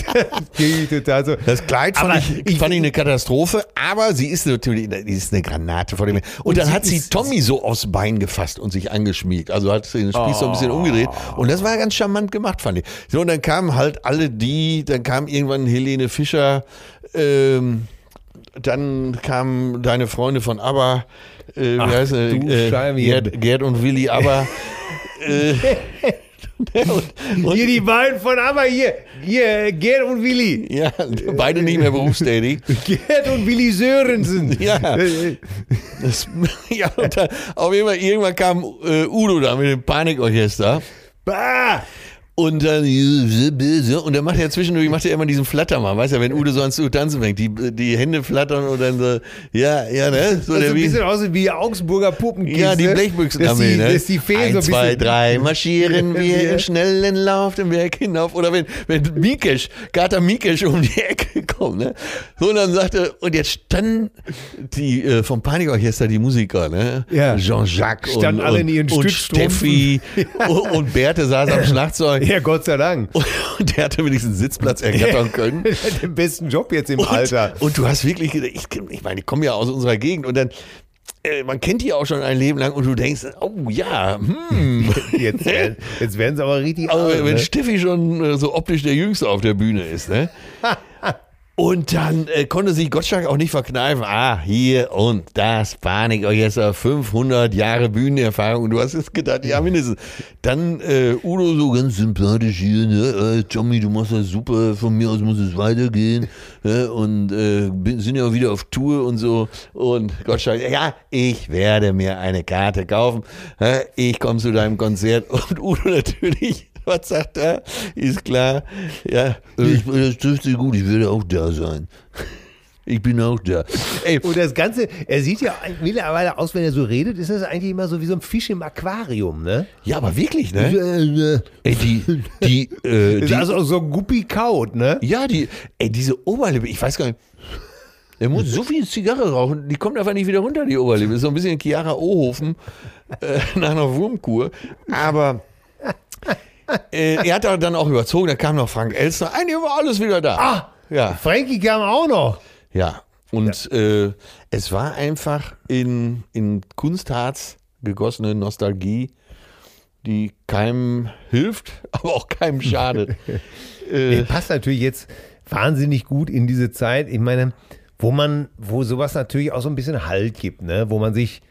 geht total so.
Das Kleid fand,
Aber
ich, fand ich eine Katastrophe, aber sie ist natürlich die ist eine Granate vor dem. Und, dann
sie
hat sie
ist-
Tommy so aufs Bein gefasst und sich angeschmiegt. Also hat sie den Spieß so ein bisschen umgedreht. Und das war ganz charmant gemacht, fand ich. So, und dann kamen halt alle die, dann kam irgendwann Helene Fischer, ähm, dann kamen deine Freunde von ABBA, äh, wie
Ach,
heißt sie?
du
äh,
Scheibe.
Gerd, Gerd und Willi ABBA. äh, und, und,
hier die beiden von aber hier, hier, Gerd und Willi.
ja, beide nicht mehr berufstätig.
Gerd und Willi Sörensen.
Ja.
Äh,
Das, ja, und dann, auf jeden Fall, irgendwann kam äh, Udo da mit dem Panikorchester.
Bah!
Und dann, und dann macht er zwischendurch, macht er immer diesen Flattermann, weißt du, wenn Udo so an zu tanzen fängt, die, die Hände flattern und dann so, ja, ja, ne? So
Das
der
sieht ein
wie-
bisschen aus wie Augsburger Puppenkiste.
ja, die Blechbüchsen
dass die,
ne?
dass die Feen so
Ein,
ein
zwei,
bisschen-
drei, marschieren wir
Wir-
im schnellen Lauf den Berg hinauf. Oder wenn, wenn Mikesh, Gata Mikesh um die Ecke kommt, ne? So, und dann sagte, und jetzt standen die äh, vom Panikorchester, die Musiker, ne?
Ja.
Jean-Jacques und,
Standen alle in ihren
und, und
Stützstrumpfen.
Steffi und, und Berthe saß am Schlagzeug.
Ja, Gott sei Dank.
Und der hatte wenigstens Sitzplatz ergattern können.
Der hat den besten Job jetzt im Alter.
Und du hast wirklich gedacht, ich, ich meine, ich komme ja aus unserer Gegend und dann, äh, man kennt die auch schon ein Leben lang und du denkst, oh ja, hm.
Jetzt, äh, werden- jetzt werden sie aber richtig
Aber
alt,
wenn
ne?
Steffi schon äh, so optisch der Jüngste auf der Bühne ist, ne? Und dann äh, konnte sich Gottschalk auch nicht verkneifen. Ah, hier und das, Panik, oh, jetzt äh, 500 Jahre Bühnenerfahrung. Und du hast jetzt gedacht, ja, mindestens. Dann äh, Udo so ganz sympathisch hier, ne? äh, Tommy, du machst das super, von mir aus muss es weitergehen. Ne? Und äh, bin, sind ja auch wieder auf Tour und so. Und Gottschalk, ja, ich werde mir eine Karte kaufen. Hä? Ich komme zu deinem Konzert. Und Udo natürlich. Was sagt er? Ist klar. Ja, Also ich, das trifft sie gut. Ich werde auch da sein. Ich bin auch da. Ey,
ne? Und das Ganze, er sieht ja mittlerweile aus, wenn er so redet, ist das eigentlich immer so wie so ein Fisch im Aquarium, ne? äh,
ja, aber wirklich, ne? Ey, die, die, äh,
Ist
die
also so guppi kaut, ne?
ja, die, ey, diese Oberlippe, ich weiß gar nicht. Er muss so viel Zigarre rauchen, die kommt einfach nicht wieder runter, die Oberlippe. Ist so ein bisschen Chiara Ohofen äh, nach einer Wurmkur. Aber äh, er hat da dann auch überzogen, da kam noch Frank Elstner. Eigentlich war alles wieder da.
Ah!
Ja.
Frankie kam auch noch.
Ja, und Äh, es war einfach in, in Kunstharz gegossene Nostalgie, die keinem hilft, aber auch keinem schadet. Äh.
Nee, passt natürlich jetzt wahnsinnig gut in diese Zeit. Ich meine, wo man, wo sowas natürlich auch so ein bisschen Halt gibt, ne? Wo man sich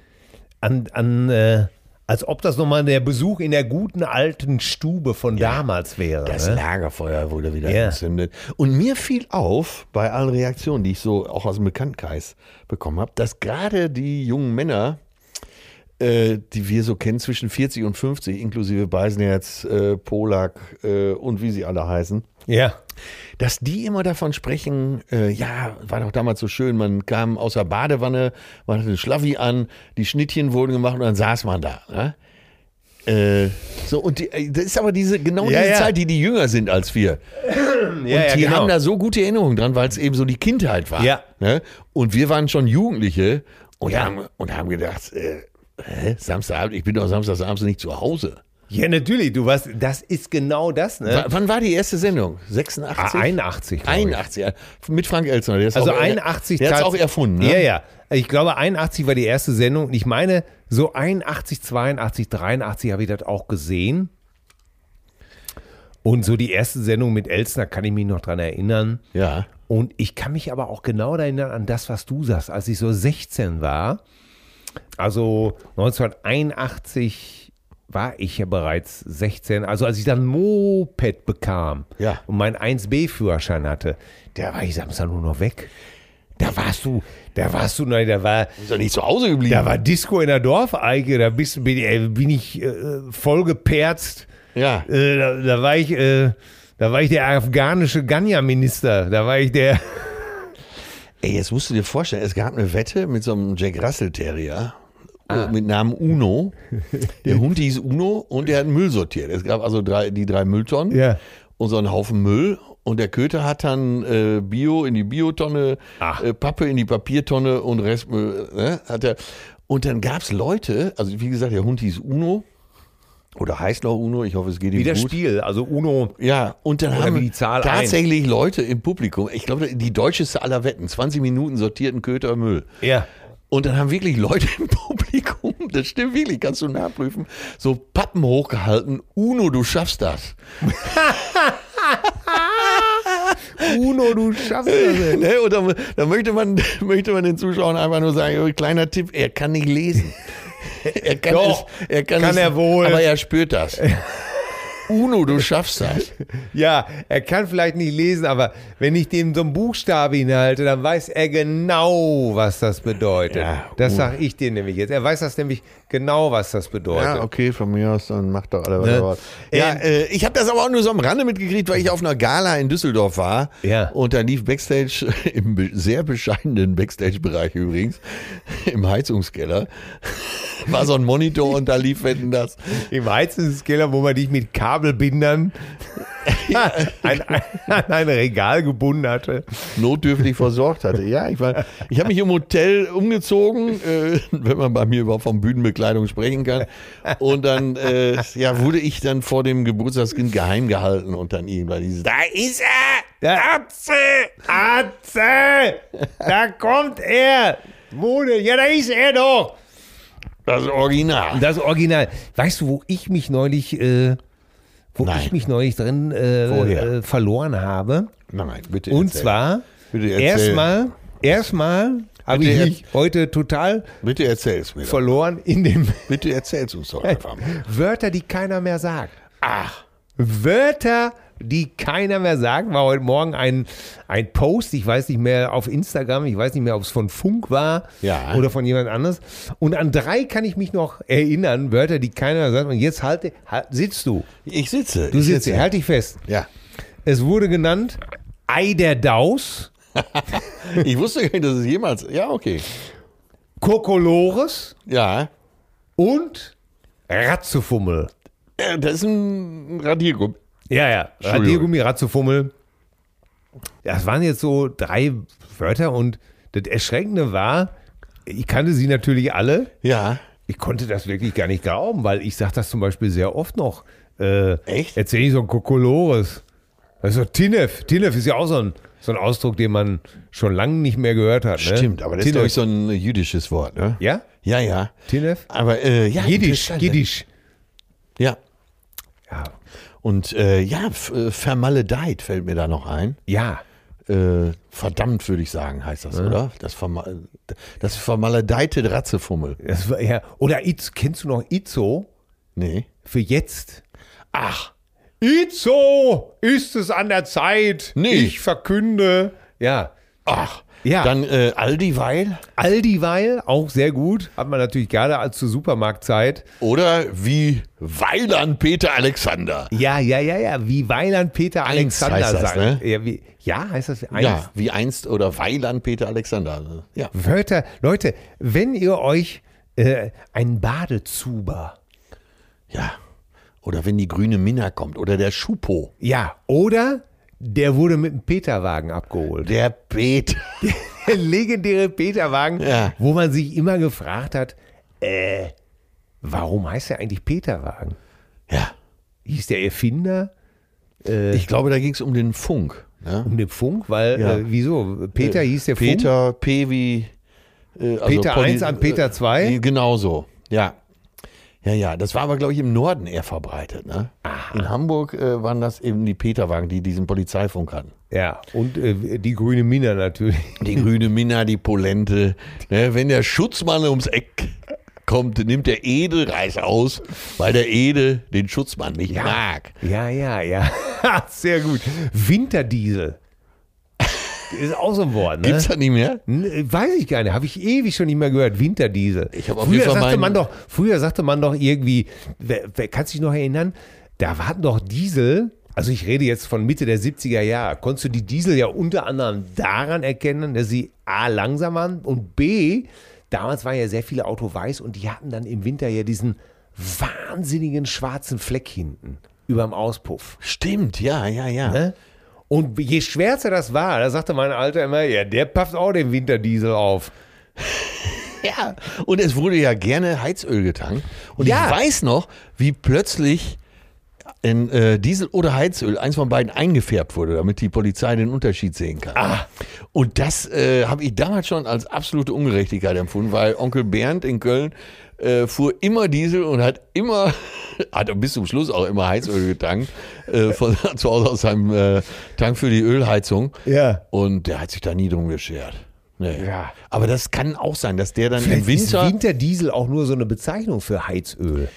an, an äh, als ob das nochmal der Besuch in der guten alten Stube von damals wäre.
Das
ne?
Lagerfeuer wurde wieder
Ja.
entzündet. Und mir fiel auf, bei allen Reaktionen, die ich so auch aus dem Bekanntkreis bekommen habe, dass gerade die jungen Männer, äh, die wir so kennen, zwischen 40 und 50, inklusive Beisenherz, äh, Polak äh, und wie sie alle heißen,
Ja.
dass die immer davon sprechen, äh, ja, war doch damals so schön, man kam aus der Badewanne, man hatte einen Schlaffi an, die Schnittchen wurden gemacht und dann saß man da. Ne? Äh, so, und die, äh, das ist aber diese, genau
Ja,
diese
ja.
Zeit, die die jünger sind als wir.
ja, ja,
die
genau.
haben da so gute Erinnerungen dran, weil es eben so die Kindheit war.
Ja.
Ne? Und wir waren schon Jugendliche und,
Ja.
haben, und haben gedacht, äh, hä, Samstagabend, ich bin doch samstagsabends nicht zu Hause.
Ja, natürlich. Du warst, das ist genau das, ne?
W- Wann war die erste Sendung? 86?
Ah, 81. glaub ich.
81, ja. mit Frank Elstner. Der ist
Also
auch,
81.
Der hat
tats-
auch erfunden, ne?
Ja, ja. Ich glaube, 81 war die erste Sendung. Und ich meine, so 81, 82, 83 habe ich das auch gesehen. Und so die erste Sendung mit Elsner kann ich mich noch dran erinnern.
Ja.
Und ich kann mich aber auch genau erinnern an das, was du sagst, als ich so 16 war. Also 1981 war ich ja bereits 16. Also als ich dann Moped bekam
Ja.
und meinen 1B-Führerschein hatte, da war ich Samstag nur noch weg. Da warst du, da warst du, nein, da war,
Ist doch nicht zu Hause geblieben.
da war Disco in der Dorfeige, da bist, bin, äh, bin ich äh, vollgeperzt.
ja.
Äh, da, da war ich, äh, da war ich der afghanische Ganja-Minister. Da war ich der.
Ey, jetzt musst du dir vorstellen, es gab eine Wette mit so einem Jack Russell Terrier äh, mit Namen Uno. Der Hund hieß Uno und der hat Müll sortiert. Es gab also drei, die drei Mülltonnen
Ja.
und so einen Haufen Müll. Und der Köter hat dann äh, Bio in die Biotonne,
Ach.
äh, Pappe in die Papiertonne und Restmüll. Ne, hat er. Und dann gab es Leute, also wie gesagt, der Hund hieß Uno oder heißt noch Uno, ich hoffe, es geht ihm
Wie das
gut.
Spiel, also Uno.
Ja, und dann
Oder
haben
wie die Zahl
tatsächlich Leute im Publikum, ich glaube, die deutscheste aller Wetten, 20 Minuten sortierten Köter Müll.
Ja.
Und dann haben wirklich Leute im Publikum, das stimmt wirklich, kannst du nachprüfen, so Pappen hochgehalten, Uno, du schaffst das.
Uno, du schaffst das.
Ne? Und dann, dann möchte, man, möchte man den Zuschauern einfach nur sagen, oh, kleiner Tipp, er kann nicht lesen. Er kann,
Doch,
es, er kann,
kann
es,
er wohl.
Aber er spürt das. Uno, du schaffst das.
Ja, er kann vielleicht nicht lesen, aber wenn ich dem so einen Buchstabe hinhalte, dann weiß er genau, was das bedeutet.
Ja,
das
Uno.
sage ich dir nämlich jetzt. Er weiß das nämlich genau, was das bedeutet.
Ja, okay, von mir aus, dann macht doch alle was.
Ne?
ihr wollt. Ja,
Ähm,
äh, ich habe das aber auch nur so am Rande mitgekriegt, weil ich auf einer Gala in Düsseldorf war.
Ja.
Und da lief Backstage, im be- sehr bescheidenen Backstage-Bereich übrigens, im Heizungskeller, war so ein Monitor und da lief Wetten das.
Im Heizungskeller, wo man dich mit Kabelbindern an, ein- an ein Regal gebunden hatte.
notdürftig versorgt hatte. Ja, ich war, ich habe mich im Hotel umgezogen, äh, wenn man bei mir überhaupt von Bühnenbekleidung sprechen kann. Und dann, äh, ja, wurde ich dann vor dem Geburtstagskind geheim gehalten und dann irgendwann dieses, da ist er!
Ja. Atze! Atze! Da kommt er! Wo denn? Ja, da ist er doch!
Das Original.
Das Original. Weißt du, wo ich mich neulich, äh, wo
Nein.
ich mich neulich drin
Woher?
äh, äh, verloren habe?
Nein, bitte.
Und
erzähl.
zwar
Bitte erzähl.
erstmal, erstmal habe
Bitte
ich
er-
mich heute total
Bitte erzähl's mir. doch.
verloren in dem
Bitte erzähl's uns doch einfach mal.
Wörter, die keiner mehr sagt. Ach. Wörter, die keiner mehr sagt, war heute Morgen ein, ein Post, ich weiß nicht mehr, auf Instagram, ich weiß nicht mehr, ob es von Funk war
Ja.
oder von jemand anders. Und an drei kann ich mich noch erinnern, Wörter, die keiner mehr sagt. Und jetzt halte, halt, sitzt du,
Ich sitze.
du
ich
sitzt, hier,
sitze.
halt dich fest.
Ja.
Es wurde genannt Ei der Daus,
Ich wusste gar nicht, dass es jemals. Ja, okay.
Kokolores
Ja.
und Ratzefummel.
Äh, Das ist ein Radiergummi.
Ja, ja.
Entschuldigung.
Radiergummi, Ratzefummel. Das waren jetzt so drei Wörter und das Erschreckende war, ich kannte sie natürlich alle.
Ja.
Ich konnte das wirklich gar nicht glauben, weil ich sage das zum Beispiel sehr oft noch. Äh,
Echt?
Erzähl ich so ein Kokolores. Das ist so Tinef. Tinef ist ja auch so ein, so ein Ausdruck, den man schon lange nicht mehr gehört hat. Ne?
Stimmt, aber das ist,
Tinef.
glaube ich, so ein jüdisches Wort, ne?
Ja?
Ja, ja.
Tinef?
Aber äh, ja,
Jiddisch,
interessant.
Jiddisch.
Ja.
Ja.
Und äh, ja, f- äh, vermaledeit fällt mir da noch ein.
ja.
Äh, verdammt, würde ich sagen, heißt das, oder? Das, verma das vermaledeite Ratzefummel.
Das war, ja. Oder Itz, kennst du noch Itzo
Nee.
für jetzt?
Ach,
Itzo, ist es an der Zeit?
Nee.
Ich verkünde. Ja.
ach.
Ja.
Dann äh, Aldiweil
Aldiweil, auch sehr gut. Hat man natürlich gerade als zur Supermarktzeit.
oder wie Weiland Peter Alexander.
Ja, ja, ja, ja. Wie Weiland Peter
Eins
Alexander
heißt das,
sagt.
ne?
Ja, wie, ja, heißt das eins?
Ja, wie einst oder Weiland Peter Alexander. Ja.
Wörter, Leute, wenn ihr euch äh, einen Badezuber,
Ja. Oder wenn die grüne Minna kommt oder der Schupo.
ja, oder der wurde mit dem Peterwagen abgeholt.
Der Peter.
Der legendäre Peterwagen,
Ja.
wo man sich immer gefragt hat, äh, warum heißt er eigentlich Peterwagen?
Ja.
hieß der Erfinder äh,
Ich glaube, da ging es um den Funk. Ne?
um den Funk, weil
Ja.
äh, wieso? Peter hieß der Funk.
Peter, P wie. äh, also
Peter
Poly-
1 an Peter 2.
Äh, genauso, ja. Ja, ja, das war aber, glaube ich, im Norden eher verbreitet. Ne? In Hamburg äh, waren das eben die Peterwagen, die diesen Polizeifunk hatten.
Ja, und äh, die grüne Mina natürlich.
Die grüne Minna, die Polente. Ne? Wenn der Schutzmann ums Eck kommt, nimmt der Edelreis aus, weil der Edel den Schutzmann nicht mag.
Ja, ja, ja. Sehr gut. Winterdiesel. Ist auch so ein Wort, ne?
Gibt's das nicht mehr?
N- äh, Weiß ich gar nicht, habe ich ewig schon nicht mehr gehört. Winterdiesel.
Ich hab auf
früher,
jeden Fall
sagte
meinen-
man doch, früher sagte man doch irgendwie, wer, wer kann sich noch erinnern, da waren doch Diesel, also ich rede jetzt von Mitte der 70er Jahre, konntest du die Diesel ja unter anderem daran erkennen, dass sie A, langsam waren und B, damals waren ja sehr viele Auto weiß und die hatten dann im Winter ja diesen wahnsinnigen schwarzen Fleck hinten überm Auspuff.
Stimmt, ja, ja, ja.
Ne? Und je schwärzer das war, da sagte mein Alter immer, ja, der pafft auch den Winterdiesel auf.
Ja. Und es wurde ja gerne Heizöl getankt. Und
Ja.
ich weiß noch, wie plötzlich in äh, Diesel oder Heizöl eins von beiden eingefärbt wurde, damit die Polizei den Unterschied sehen kann.
Ah.
Und das äh, habe ich damals schon als absolute Ungerechtigkeit empfunden, weil Onkel Bernd in Köln äh, fuhr immer Diesel und hat immer, hat bis zum Schluss auch immer Heizöl getankt, äh, von zu Hause aus seinem äh, Tank für die Ölheizung.
Ja.
Und der hat sich da nie drum geschert. Nee.
Ja.
Aber das kann auch sein, dass der dann im
Vielleicht
Winter.
Ist Winterdiesel auch nur so eine Bezeichnung für Heizöl.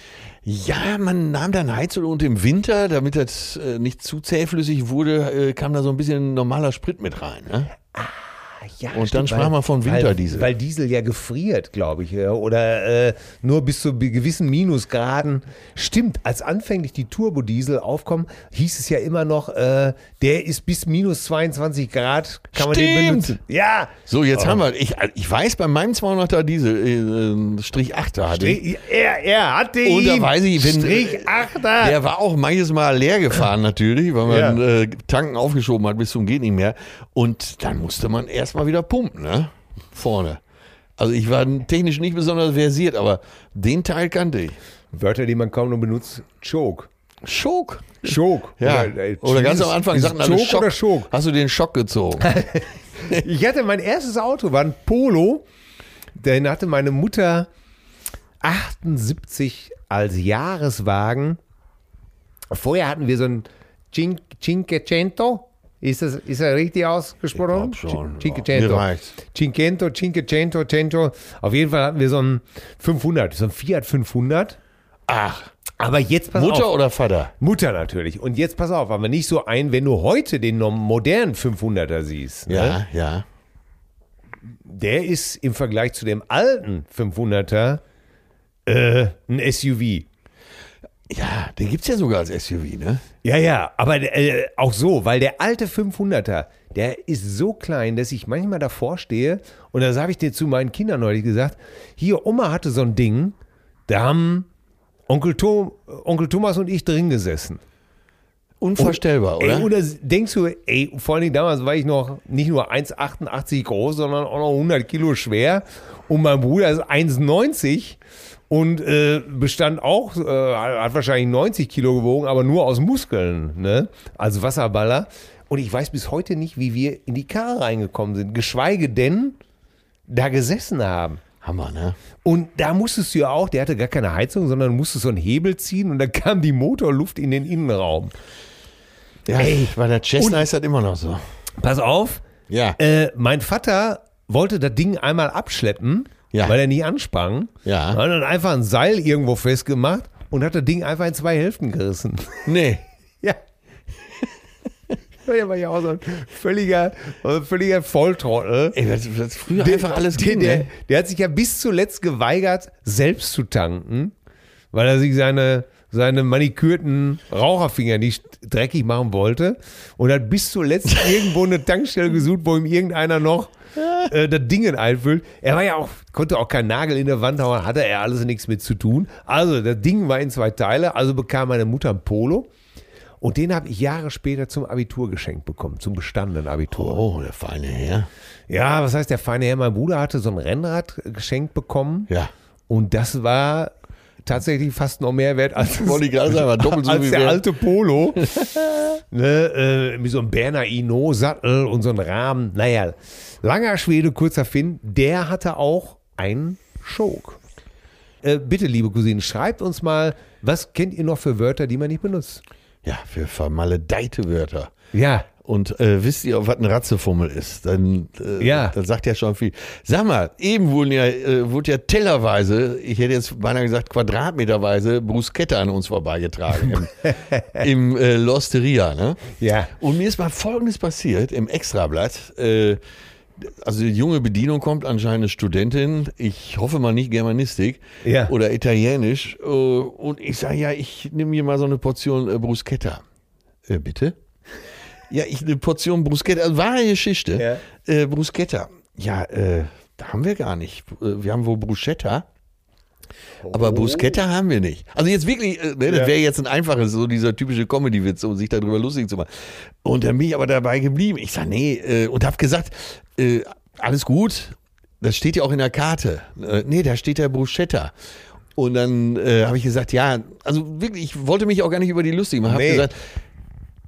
Ja, man nahm dann Heizöl und im Winter, damit das äh, nicht zu zähflüssig wurde, äh, kam da so ein bisschen normaler Sprit mit rein. Ne?
Ah, Ja,
Und dann sprach man von Winterdiesel.
Weil, weil Diesel ja gefriert, glaube ich. ja, Oder äh, nur bis zu be- gewissen Minusgraden. Stimmt, als anfänglich die Turbodiesel aufkommen, hieß es ja immer noch, äh, der ist bis minus 22 Grad, kann man den
Stimmt.
benutzen. Ja,
So, jetzt
Oh.
haben wir, ich, ich weiß, bei meinem 200er Diesel, äh, Strich 8er hatte
Strich-
ich.
er, er hatte ihn.
Und da weiß ich, wenn-
Strich Achter.
Der war auch manches Mal leer gefahren natürlich, weil man
Ja.
äh, Tanken aufgeschoben hat bis zum geht nicht mehr. Und dann musste man erstmal wieder pumpen, ne? Vorne. Also ich war technisch nicht besonders versiert, aber den Teil kannte ich.
Wörter, die man kaum noch benutzt, Choke.
Schock.
Choke.
Ja. Oder,
äh,
ganz am
ist-
Anfang
ist
sagten alle
Choke
Schock.
oder Choke.
Hast du den Schock gezogen?
Ich hatte mein erstes Auto, war ein Polo. Den hatte meine Mutter 78 als Jahreswagen. Vorher hatten wir so ein Cin Cinquecento. Ist das, ist das richtig ausgesprochen?
Ich glaub schon,
Cin-
ja. Mir
Cinquecento.
reicht's.
Cinquecento, Cinquecento, Cento. Auf jeden Fall hatten wir so ein 500, so ein Fiat 500.
Ach,
Aber jetzt pass
Mutter
auf.
oder Vater?
Mutter natürlich. Und jetzt pass auf, aber nicht so ein, wenn du heute den nom- modernen 500er siehst. Ne?
Ja, ja.
der ist im Vergleich zu dem alten 500er äh, ein SUV.
Ja, den gibt's ja sogar als SUV, ne?
Ja, ja, aber äh, auch so, weil der alte 500er, der ist so klein, dass ich manchmal davor stehe und das habe ich dir zu meinen Kindern neulich gesagt, hier, Oma hatte so ein Ding, da haben Onkel, Tom, Onkel Thomas und ich drin gesessen.
Unvorstellbar, oder?
Ey, oder denkst du, ey, vor allen Dingen damals war ich noch nicht nur 1,88 groß, sondern auch noch 100 Kilo schwer und mein Bruder ist 1,90 und äh, bestand auch, äh, hat wahrscheinlich 90 Kilo gewogen, aber nur aus Muskeln, ne? als Wasserballer. Und ich weiß bis heute nicht, wie wir in die Karre reingekommen sind, geschweige denn da gesessen haben.
Hammer, ne?
Und da musstest du ja auch, der hatte gar keine Heizung, sondern musstest so einen Hebel ziehen und dann kam die Motorluft in den Innenraum.
Ja, Ey, weil der Cessna ist halt immer noch so.
Pass auf,
Ja.
Äh, mein Vater wollte das Ding einmal abschleppen,
Ja.
weil er nicht ansprang.
Ja.
Hat dann einfach ein Seil irgendwo festgemacht und hat das Ding einfach in zwei Hälften gerissen.
Nee.
ja. Der war ja auch so ein völliger, so ein völliger Volltrottel.
Ey, das, das früher einfach alles
der,
ging,
der,
ne?
der hat sich ja bis zuletzt geweigert, selbst zu tanken, weil er sich seine, seine manikürten Raucherfinger nicht dreckig machen wollte und hat bis zuletzt irgendwo eine Tankstelle gesucht, wo ihm irgendeiner noch äh, das Ding einfüllt. Er war ja auch, konnte auch keinen Nagel in der Wand hauen, hatte er alles nichts mit zu tun. Also, das Ding war in zwei Teile, also bekam meine Mutter ein Polo. Und den habe ich Jahre später zum Abitur geschenkt bekommen, zum bestandenen Abitur.
Oh, der feine Herr.
Ja, was heißt der feine Herr? Mein Bruder hatte so ein Rennrad geschenkt bekommen.
Ja.
Und das war tatsächlich fast noch mehr wert als,
Wollte ich gerade sagen, war doppelt so
als
wie
der
wert.
alte Polo. ne, äh, mit so einem Berner Inot-Sattel und so einem Rahmen. Naja, langer Schwede, kurzer Finn, der hatte auch einen Schok. Äh, bitte, liebe Cousinen, schreibt uns mal, was kennt ihr noch für Wörter, die man nicht benutzt?
Ja, für vermaledeite Wörter.
Ja.
Und äh, wisst ihr, was ein Ratzefummel ist? Dann, äh,
Ja.
dann sagt ja schon viel. Sag mal, eben wurden ja, äh, wurde ja tellerweise, ich hätte jetzt beinahe gesagt quadratmeterweise, Bruschetta an uns vorbeigetragen im, im äh, Losteria. Ne?
Ja.
Und mir ist mal Folgendes passiert im Extrablatt. Äh, also die junge Bedienung kommt anscheinend eine Studentin, ich hoffe mal nicht Germanistik
Ja.
oder Italienisch. Äh, und ich sage, ja, ich nehme hier mal so eine Portion äh, Bruschetta. Äh, bitte? Ja, ich eine Portion Bruschetta, also wahre Geschichte. Äh, Bruschetta. Ja, äh, da haben wir gar nicht. Äh, Wir haben wohl Bruschetta. Aber Bruschetta haben wir nicht. Also jetzt wirklich, äh, ne, das wäre jetzt ein einfaches, so dieser typische Comedy-Witz, um sich darüber lustig zu machen. Und dann bin ich aber dabei geblieben. Ich sage, nee, äh, und habe gesagt, äh, alles gut, das steht ja auch in der Karte. Äh, nee, da steht ja Bruschetta. Und dann äh, habe ich gesagt, ja, also wirklich, ich wollte mich auch gar nicht über die lustig machen. Hab
Nee.
gesagt,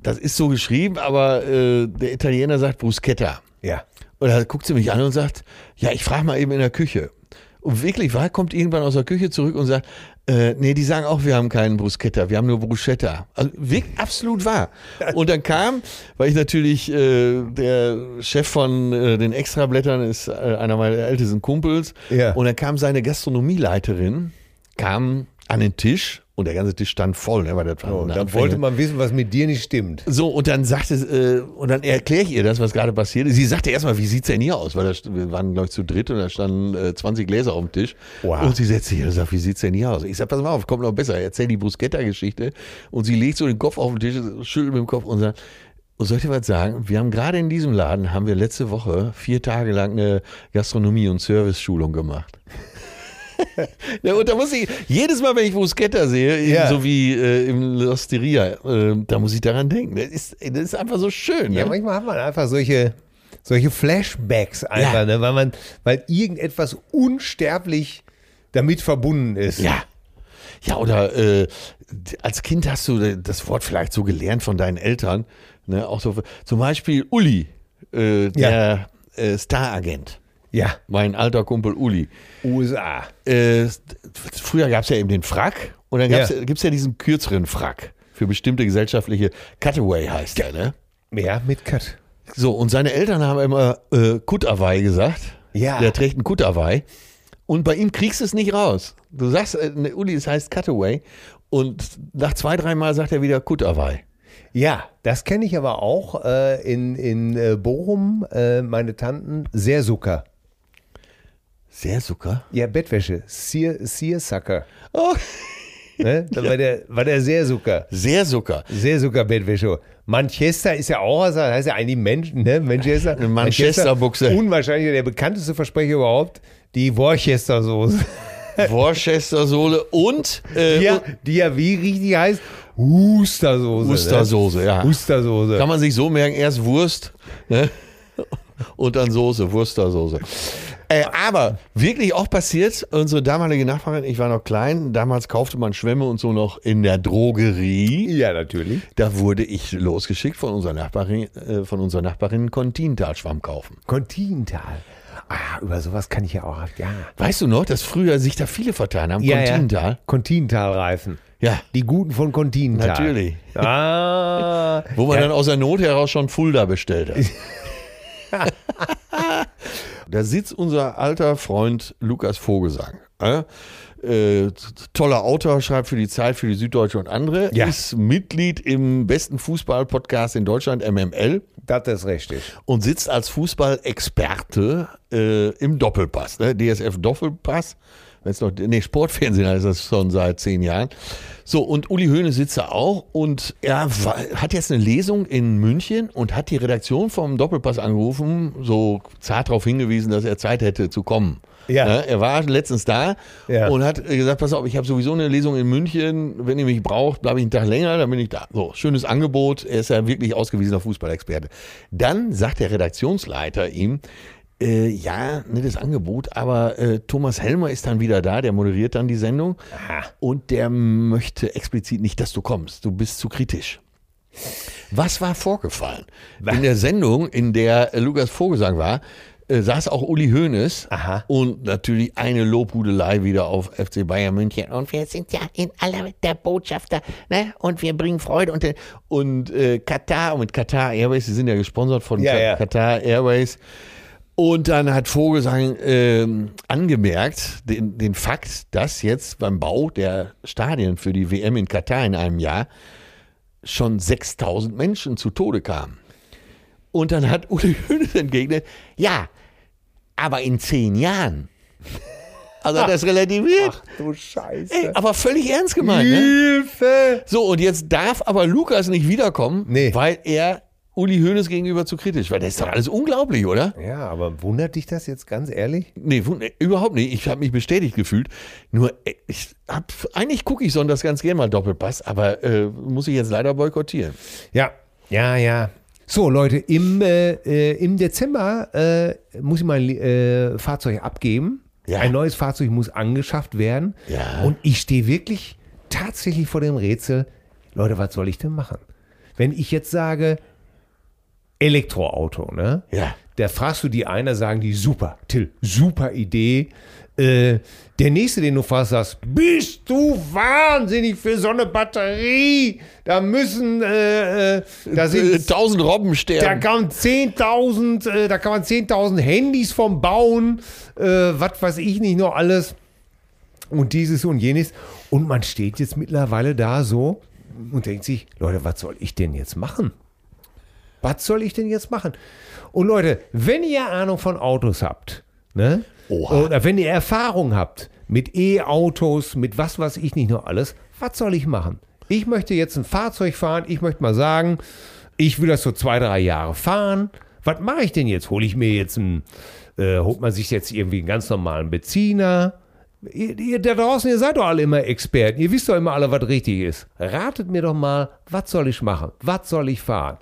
das ist so geschrieben, aber äh, der Italiener sagt Bruschetta.
Ja.
Und da guckt sie mich an und sagt, ja, ich frage mal eben in der Küche. Und wirklich, war kommt irgendwann aus der Küche zurück und sagt, äh, nee, die sagen auch, wir haben keinen Bruschetta, wir haben nur Bruschetta. Also wirklich, absolut wahr. Und dann kam, weil ich natürlich, äh, der Chef von äh, den Extrablättern ist äh, einer meiner ältesten Kumpels.
Ja.
Und dann kam seine Gastronomieleiterin, kam an den Tisch und der ganze Tisch stand voll. Ne, weil das war
So,
eine
dann
Anfängerin.
Oh, wollte man wissen, was mit dir nicht stimmt.
So, und dann sagte, äh, und dann erkläre ich ihr das, was gerade passiert ist. Sie sagte erstmal, wie sieht's denn hier aus? Weil da, st- wir waren, glaube ich, zu dritt und da standen äh, 20 Gläser auf dem Tisch.
Wow.
Und sie setzte sich hin und sagt, wie sieht's denn hier aus? Ich sag, pass mal auf, kommt noch besser, erzähl die Bruschetta-Geschichte. Und sie legt so den Kopf auf den Tisch, schüttelt mit dem Kopf und sagt, und soll ich dir was sagen? Wir haben gerade in diesem Laden, haben wir letzte Woche vier Tage lang eine Gastronomie- und Service-Schulung gemacht. Ja, und da muss ich, jedes Mal, wenn ich Bruschetta sehe,
Ja.
so wie äh, im Losteria, äh, da muss ich daran denken. Das ist, das ist einfach so schön.
Ja,
ne?
manchmal hat man einfach solche, solche Flashbacks einfach,
Ja.
ne? weil, man, weil irgendetwas unsterblich damit verbunden ist.
ja. Ja, oder äh, als Kind hast du das Wort vielleicht so gelernt von deinen Eltern. Ne? Auch so, zum Beispiel Uli, äh, der äh, Staragent.
Ja.
Mein alter Kumpel Uli.
USA.
äh, früher gab es ja eben den Frack und dann
Ja.
gab's, gibt's ja diesen kürzeren Frack für bestimmte gesellschaftliche Cutaway heißt der, ne?
Ja, mit Cut.
So, und seine Eltern haben immer äh, Kutawei gesagt.
Ja.
Der trägt einen Kutawei. Und bei ihm kriegst du es nicht raus. Du sagst, äh, ne, Uli, es heißt Cutaway. Und nach zwei, dreimal sagt er wieder Kutawei.
Ja, das kenne ich aber auch äh, in, in äh, Bochum, äh, meine Tanten, Seersucker.
Sehr Zucker.
Ja, Bettwäsche, Seer, Seersucker.
Oh.
Ne? Da war, der, war der Seersucker.
Sehr Zucker.
Seersucker Bettwäsche. Manchester ist ja auch, das heißt ja eigentlich Menschen, ne? Manchester.
Eine Manchester-Buchse.
Unwahrscheinlich der bekannteste Versprecher überhaupt, die Worcester-Soße.
Äh, Worcester-Sohle und äh,
Die ja, die ja wie richtig heißt, Hustersoße.
Ostersoße, ja.
Ne? Hustersoße.
Kann man sich so merken, erst Wurst ne? und dann Soße, Wurstersoße. Äh, aber wirklich auch passiert, unsere damalige Nachbarin, ich war noch klein, damals kaufte man Schwämme und so noch in der Drogerie.
ja, natürlich.
Da wurde ich losgeschickt von unserer Nachbarin, äh, von unserer Nachbarin Kontinentalschwamm kaufen.
Kontinental. Ah, über sowas kann ich ja auch. Ja.
Weißt du noch, dass früher sich da viele vertan haben? Kontinental?
Ja. Kontinentalreifen.
Ja.
Die guten von Kontinental.
Natürlich.
Ah.
Wo man
Ja.
dann aus der Not heraus schon Fulda bestellt hat. da sitzt unser alter Freund Lukas Vogelsang. Äh? Äh, toller Autor, schreibt für die Zeit, für die Süddeutsche und andere.
Ja.
Ist Mitglied im besten Fußball-Podcast in Deutschland, MML,
Das ist richtig.
und sitzt als Fußballexperte äh, im Doppelpass, ne? DSF Doppelpass. Wenn's noch, nee, Sportfernsehen heißt das schon seit zehn Jahren. So, und Uli Höhne sitzt da auch und er wa- hat jetzt eine Lesung in München und hat die Redaktion vom Doppelpass angerufen, so zart darauf hingewiesen, dass er Zeit hätte zu kommen.
Ja.
Ne? Er war letztens da
Ja.
und hat äh, gesagt, pass auf, ich habe sowieso eine Lesung in München, wenn ihr mich braucht, bleibe ich einen Tag länger, dann bin ich da. So, schönes Angebot, er ist ja wirklich ausgewiesener Fußballexperte. Dann sagt der Redaktionsleiter ihm, äh, ja, nettes Angebot, aber äh, Thomas Helmer ist dann wieder da, der moderiert dann die Sendung und der möchte explizit nicht, dass du kommst, du bist zu kritisch. Was war vorgefallen? In der Sendung, in der Lukas äh, Vogelsang war, äh, saß auch Uli Hoeneß
Aha.
und natürlich eine Lobhudelei wieder auf FC Bayern München. Und wir sind ja in aller Welt der Botschafter ne? und wir bringen Freude. Und, und äh, Katar, und mit Katar Airways, die sind ja gesponsert von
Ja,
Ka-
ja.
Katar Airways. Und dann hat Vogelsang ähm, angemerkt, den, den Fakt, dass jetzt beim Bau der Stadien für die WM in Katar in einem Jahr schon 6000 Menschen zu Tode kamen. Und dann hat Uli Hoeneß entgegnet, ja, aber in zehn Jahren. Also hat das relativiert.
Du Scheiße.
Ey, aber völlig ernst gemeint. Ne?
Hilfe!
So, und jetzt darf aber Lukas nicht wiederkommen,
Nee.
weil er Uli Hoeneß gegenüber zu kritisch war. Das ist doch alles unglaublich, oder?
Ja, aber wundert dich das jetzt ganz ehrlich?
Nee, wund- nee, überhaupt nicht. Ich habe mich bestätigt gefühlt. Nur, äh, ich hab, eigentlich gucke ich Sonntags ganz gerne mal Doppelpass, aber äh, muss ich jetzt leider boykottieren.
Ja, ja, ja. So, Leute, im, äh, äh, im Dezember äh, muss ich mein äh, Fahrzeug abgeben.
Ja.
Ein neues Fahrzeug muss angeschafft werden.
Ja.
Und ich stehe wirklich tatsächlich vor dem Rätsel, Leute, was soll ich denn machen? Wenn ich jetzt sage, Elektroauto, ne?
Ja.
Da fragst du die einer, sagen die, super, Till, super Idee. Äh, der nächste, den du fragst, sagst, bist du wahnsinnig für so eine Batterie? Da müssen, äh, äh, da
Äh,
sind,
Tausend Robben
da
sterben.
kann 10.000, äh, da kann man 10.000 Handys vom bauen, äh, was weiß ich nicht noch alles und dieses und jenes. Und man steht jetzt mittlerweile da so und denkt sich, Leute, was soll ich denn jetzt machen? Was soll ich denn jetzt machen? Und Leute, wenn ihr Ahnung von Autos habt, ne?
Oha.
Oder wenn ihr Erfahrung habt mit E-Autos, mit was weiß ich nicht noch alles, was soll ich machen? Ich möchte jetzt ein Fahrzeug fahren, ich möchte mal sagen, ich will das so zwei, drei Jahre fahren. Was mache ich denn jetzt? Hole ich mir jetzt einen, äh, holt man sich jetzt irgendwie einen ganz normalen Benziner? Ihr, ihr da draußen, ihr seid doch alle immer Experten. Ihr wisst doch immer alle, was richtig ist. Ratet mir doch mal, was soll ich machen? Was soll ich fahren?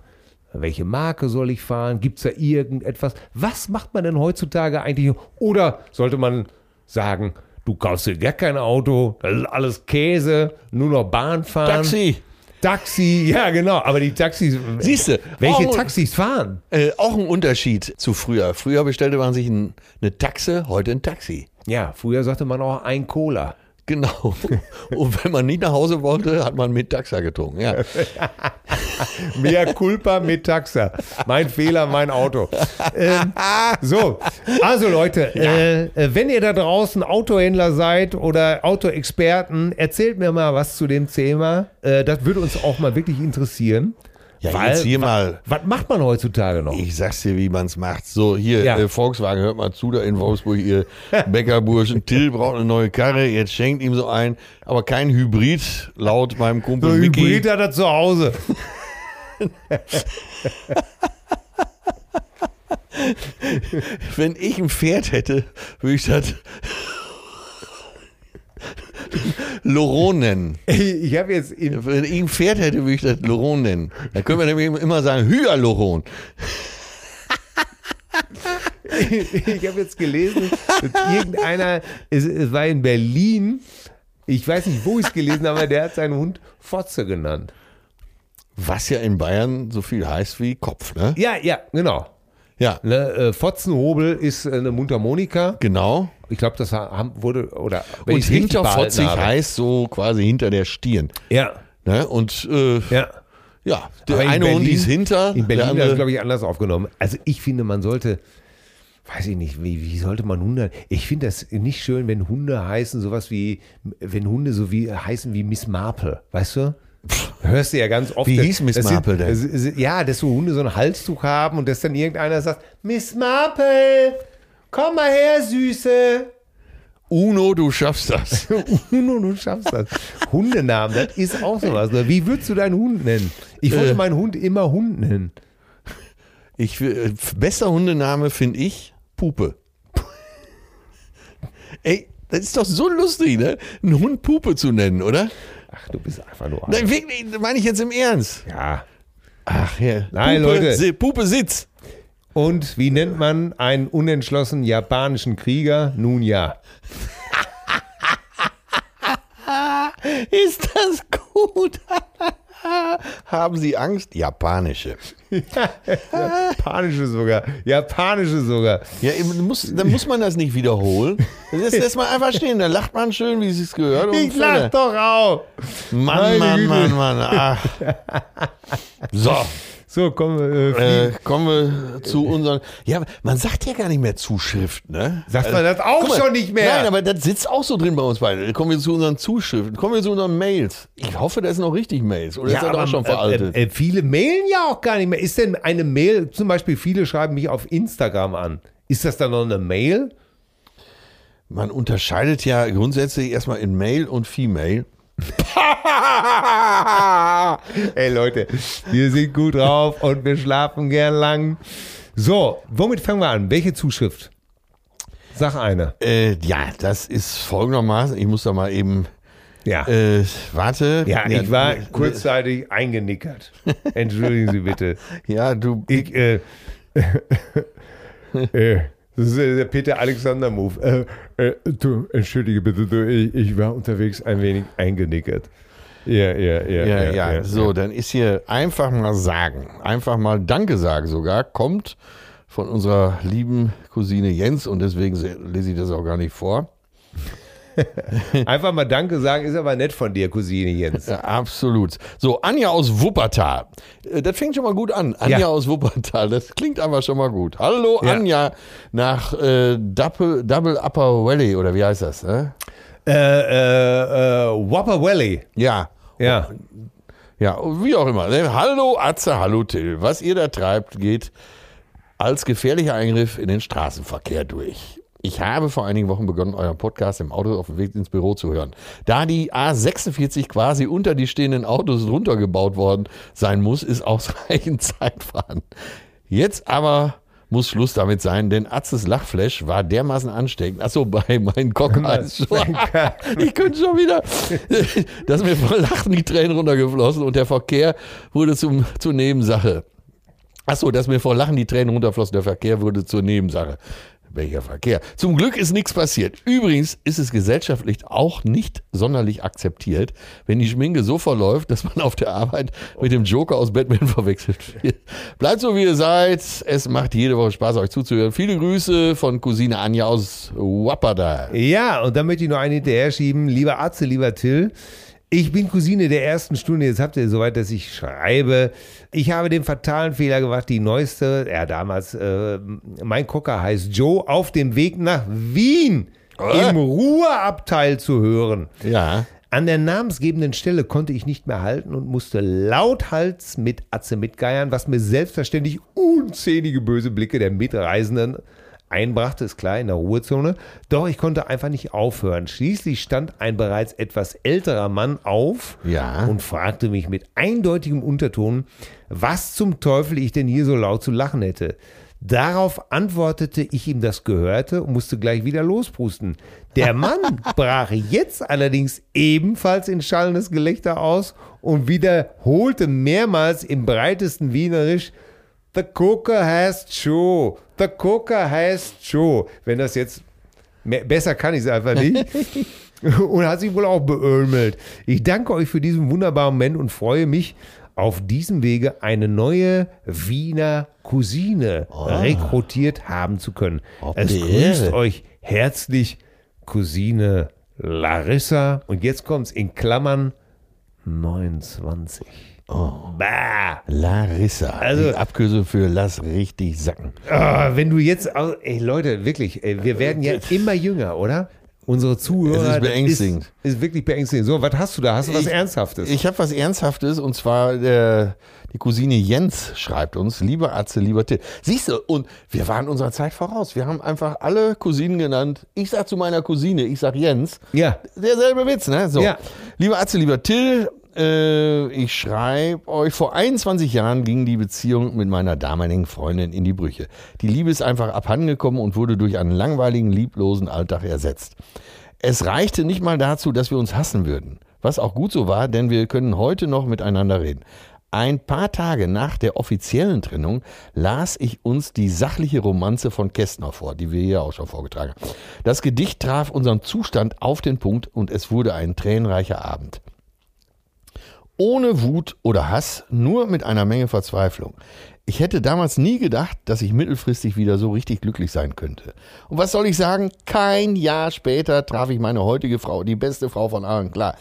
Welche Marke soll ich fahren? Gibt es da irgendetwas? Was macht man denn heutzutage eigentlich? Oder sollte man sagen, du kaufst dir gar kein Auto, das ist alles Käse, nur noch Bahn fahren?
Taxi.
Taxi, ja genau. Aber die Taxis,
Siehste.
welche
Oh.
Taxis fahren?
Äh, auch ein Unterschied zu früher. Früher bestellte man sich ein, eine Taxe, heute ein Taxi.
Ja, früher sagte man auch ein Cola.
Genau. Und wenn man nicht nach Hause wollte, hat man mit Taxa getrunken. Ja.
Mehr Culpa mit Taxa. Mein Fehler, mein Auto. Ähm, so, also Leute, äh, äh, wenn ihr da draußen Autohändler seid oder Autoexperten, erzählt mir mal was zu dem Thema. Äh, das würde uns auch mal wirklich interessieren.
Ja, jetzt hier mal.
Was macht man heutzutage noch?
Ich sag's dir, wie man's macht. So, hier,
Ja.
äh, Volkswagen, hört mal zu, da in Wolfsburg, ihr Bäckerburschen. Till braucht eine neue Karre, jetzt schenkt ihm so ein, aber kein Hybrid, laut meinem Kumpel
So ein
Mickey.
Hybrid hat er zu Hause.
Wenn ich ein Pferd hätte, würde ich das Loron nennen.
Ich habe jetzt in,
Wenn ich ein Pferd hätte, würde ich das Loron nennen. Da können wir nämlich immer sagen, Hyaluron.
ich habe jetzt gelesen, dass irgendeiner, es, es war in Berlin, ich weiß nicht, wo ich es gelesen habe, aber der hat seinen Hund Fotze genannt.
Was ja in Bayern so viel heißt wie Kopf, ne?
Ja, ja, genau.
Ja,
Ne, äh, Fotzenhobel ist äh, eine Mundharmonika.
genau.
Ich glaube, das ha- haben, wurde, oder wenn
Und
ich's richtig
hinter
behalten
Fotzig halt
habe.
heißt so quasi hinter der Stirn.
Ja,
Ne? Und äh, ja.
ja.
der
Aber in
eine Hund ist hinter.
In Berlin
der
hat
andere,
das, glaube ich, anders aufgenommen. Also ich finde, man sollte, weiß ich nicht, wie, wie sollte man Hunde, ich finde das nicht schön, wenn Hunde heißen, sowas wie, wenn Hunde so wie heißen wie Miss Marple, weißt du? Hörst du ja ganz oft.
Wie
das-
hieß Miss
das
Marple denn?
das ist- ja, dass so Hunde so einen Halstuch haben und dass dann irgendeiner sagt, Miss Marple, komm mal her, Süße.
Uno, du schaffst das.
Uno, du schaffst das. Hundenamen, das ist auch sowas. Ne? Wie würdest du deinen Hund nennen? Ich wollte
Äh.
meinen Hund immer Hund nennen.
Ich, will- äh, besser Hundename finde ich Pupe. Ey, das ist doch so lustig, ne? Einen Hund Pupe zu nennen, oder?
Ach, du bist einfach nur.
Nein, wirklich, das meine ich jetzt im Ernst.
Ja.
Ach ja.
Nein,
Pupe,
Leute.
Si- Pupe sitzt.
Und wie nennt man einen unentschlossenen japanischen Krieger? Nun ja.
Ist das gut? Haben Sie Angst? Japanische.
Japanische sogar. Japanische sogar.
Ja, eben muss, dann muss man das nicht wiederholen. Das lässt man einfach stehen. Da lacht man schön, wie es sich gehört. und
Ich lach
fertig.
doch auch. Meine
Mann, Mann,
Güte.
Mann, Mann. Ach. So,
So, komm. Äh,
äh, kommen wir zu unseren. Ja, man sagt ja gar nicht mehr Zuschrift, ne?
Sagt man das auch
Guck mal,
schon nicht mehr?
Nein, aber das sitzt auch so drin bei uns beiden. Kommen wir zu unseren Zuschriften, kommen wir zu unseren Mails. Ich hoffe, da ist noch richtig Mails. Oder ist das auch schon
äh,
veraltet?
Äh, äh, viele mailen ja auch gar nicht mehr. Ist denn eine Mail, zum Beispiel viele schreiben mich auf Instagram an. Ist das dann noch eine Mail?
Man unterscheidet ja grundsätzlich erstmal in Male und Female.
Ey Leute, wir sind gut drauf und wir schlafen gern lang. So, womit fangen wir an? Welche Zuschrift? Sag eine.
Äh, ja, das ist folgendermaßen. Ich muss da mal eben.
Ja.
Äh, warte.
ja, ich war
äh,
kurzzeitig eingenickert. Entschuldigen Sie bitte.
Ja, du.
Ich, äh, äh, das ist äh, der Peter Alexander Move. Äh, äh, du, entschuldige bitte, du, ich, ich war unterwegs ein wenig eingenickert. Ja, ja, ja.
ja, ja, So, dann ist hier einfach mal sagen. Einfach mal Danke sagen sogar. Kommt von unserer lieben Cousine Jens und deswegen se- lese ich das auch gar nicht vor.
Einfach mal Danke sagen, ist aber nett von dir, Cousine Jens.
Ja, absolut. So, Anja aus Wuppertal. Äh, Das fängt schon mal gut an. Anja
Ja.
aus Wuppertal, das klingt einfach schon mal gut. Hallo
Ja.
Anja nach äh, Double, Double Upper Valley oder wie heißt das? Ne?
Äh, äh, äh, Whopper Valley.
Ja.
Ja.
Ja, wie auch immer. ne? Hallo Atze, hallo Till. Was ihr da treibt, geht als gefährlicher Eingriff in den Straßenverkehr durch. Ich habe vor einigen Wochen begonnen, euren Podcast im Auto auf dem Weg ins Büro zu hören. Da die A46 quasi unter die stehenden Autos runtergebaut worden sein muss, ist ausreichend Zeit vorhanden. Jetzt aber muss Schluss damit sein, denn Atzes Lachflash war dermaßen ansteckend. Achso, bei meinen Cockeyes. Ich könnte schon wieder, dass mir vor Lachen die Tränen runtergeflossen und der Verkehr wurde zum, zur Nebensache. Achso, dass mir vor Lachen die Tränen runterflossen, der Verkehr wurde zur Nebensache. Welcher Verkehr? Zum Glück ist nichts passiert. Übrigens ist es gesellschaftlich auch nicht sonderlich akzeptiert, wenn die Schminke so verläuft, dass man auf der Arbeit mit dem Joker aus Batman verwechselt wird. Bleibt so, wie ihr seid. Es macht jede Woche Spaß, euch zuzuhören. Viele Grüße von Cousine Anja aus Wapperda.
Ja, und dann möchte ich noch einen hinterher schieben. Lieber Atze, lieber Till, ich bin Cousine der ersten Stunde. Jetzt habt ihr soweit, dass ich schreibe. Ich habe den fatalen Fehler gemacht, die neueste, ja damals, äh, mein Cocker heißt Joe, auf dem Weg nach Wien
Äh?
im Ruheabteil zu hören.
Ja.
An der namensgebenden Stelle konnte ich nicht mehr halten und musste lauthals mit Atze mitgeiern, was mir selbstverständlich unzählige böse Blicke der Mitreisenden einbrachte, ist klar, in der Ruhezone. Doch ich konnte einfach nicht aufhören. Schließlich stand ein bereits etwas älterer Mann auf
Ja.
und fragte mich mit eindeutigem Unterton, was zum Teufel ich denn hier so laut zu lachen hätte. Darauf antwortete ich ihm das Gehörte und musste gleich wieder lospusten. Der Mann brach jetzt allerdings ebenfalls in schallendes Gelächter aus und wiederholte mehrmals im breitesten Wienerisch, The Coker heißt Joe. The Coker heißt Joe. Wenn das jetzt Me- Besser kann ich es einfach nicht. und hat sich wohl auch beölmelt. Ich danke euch für diesen wunderbaren Moment und freue mich, auf diesem Wege eine neue Wiener Cousine rekrutiert haben zu können.
Ob
es
Ah. die
grüßt
Ehre.
euch herzlich Cousine Larissa. Und jetzt kommt's in Klammern 29.
Oh.
Bah.
Larissa. Also,
Also-
die Abkürzung für lass richtig sacken.
Ah, wenn du jetzt, au- ey Leute, wirklich, ey, wir werden ja immer jünger, oder? Unsere Zuhörer.
Äh, Es ist
das
beängstigend.
Ist, ist wirklich beängstigend. So, was hast du da? Hast du was
Ich-
Ernsthaftes?
Ich habe was Ernsthaftes und zwar äh, die Cousine Jens schreibt uns, lieber Atze, lieber Till. Siehst du, und wir waren unserer Zeit voraus. Wir haben einfach alle Cousinen genannt. Ich sag zu meiner Cousine, ich sag Jens.
ja.
Derselbe Witz, ne? So.
Ja.
Lieber Atze, lieber Till, äh, ich schreibe euch, vor 21 Jahren ging die Beziehung mit meiner damaligen Freundin in die Brüche. Die Liebe ist einfach abhandengekommen und wurde durch einen langweiligen, lieblosen Alltag ersetzt. Es reichte nicht mal dazu, dass wir uns hassen würden. Was auch gut so war, denn wir können heute noch miteinander reden. Ein paar Tage nach der offiziellen Trennung las ich uns die sachliche Romanze von Kästner vor, die wir hier auch schon vorgetragen haben. Das Gedicht traf unseren Zustand auf den Punkt und es wurde ein tränenreicher Abend. Ohne Wut oder Hass, nur mit einer Menge Verzweiflung. Ich hätte damals nie gedacht, dass ich mittelfristig wieder so richtig glücklich sein könnte. Und was soll ich sagen? Kein Jahr später traf ich meine heutige Frau, die beste Frau von allen, klar.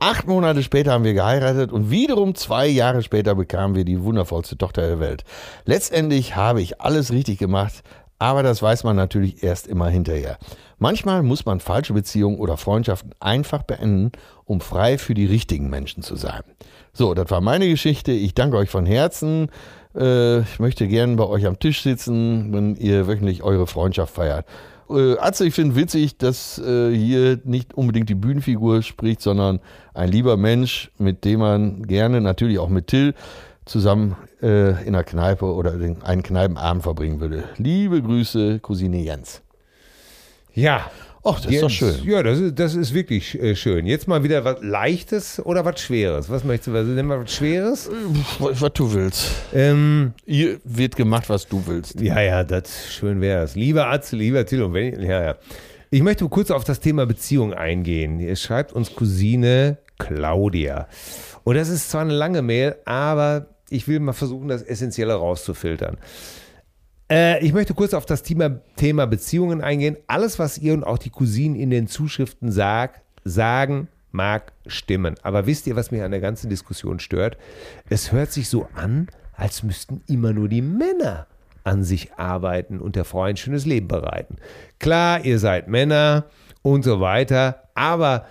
Acht Monate später haben wir geheiratet und wiederum zwei Jahre später bekamen wir die wundervollste Tochter der Welt. Letztendlich habe ich alles richtig gemacht, aber das weiß man natürlich erst immer hinterher. Manchmal muss man falsche Beziehungen oder Freundschaften einfach beenden, um frei für die richtigen Menschen zu sein. So, das war meine Geschichte. Ich danke euch von Herzen. Äh, ich möchte gern bei euch am Tisch sitzen, wenn ihr wöchentlich eure Freundschaft feiert. Äh, Atze, ich finde witzig, dass äh, hier nicht unbedingt die Bühnenfigur spricht, sondern ein lieber Mensch, mit dem man gerne, natürlich auch mit Till, zusammen äh, in einer Kneipe oder den, einen Kneipenabend verbringen würde. Liebe Grüße, Cousine Jens.
Ja.
Och, das ist doch schön.
Ja, das ist, das ist wirklich äh, schön. Jetzt mal wieder was Leichtes oder was Schweres. Was möchtest du? Was, nehmen wir was Schweres?
Was, was du willst.
Ähm,
Hier wird gemacht, was du willst.
ja, ja, das schön wäre es. Lieber Atze, lieber Till und wenn, ja, ja. Ich möchte kurz auf das Thema Beziehung eingehen. Es schreibt uns Cousine Claudia. Und das ist zwar eine lange Mail, aber ich will mal versuchen, das Essentielle rauszufiltern. Äh, ich möchte kurz auf das Thema, Thema Beziehungen eingehen. Alles, was ihr und auch die Cousinen in den Zuschriften sag, sagen, mag stimmen. Aber wisst ihr, was mich an der ganzen Diskussion stört? Es hört sich so an, als müssten immer nur die Männer an sich arbeiten und der Frau ein schönes Leben bereiten. Klar, ihr seid Männer und so weiter, aber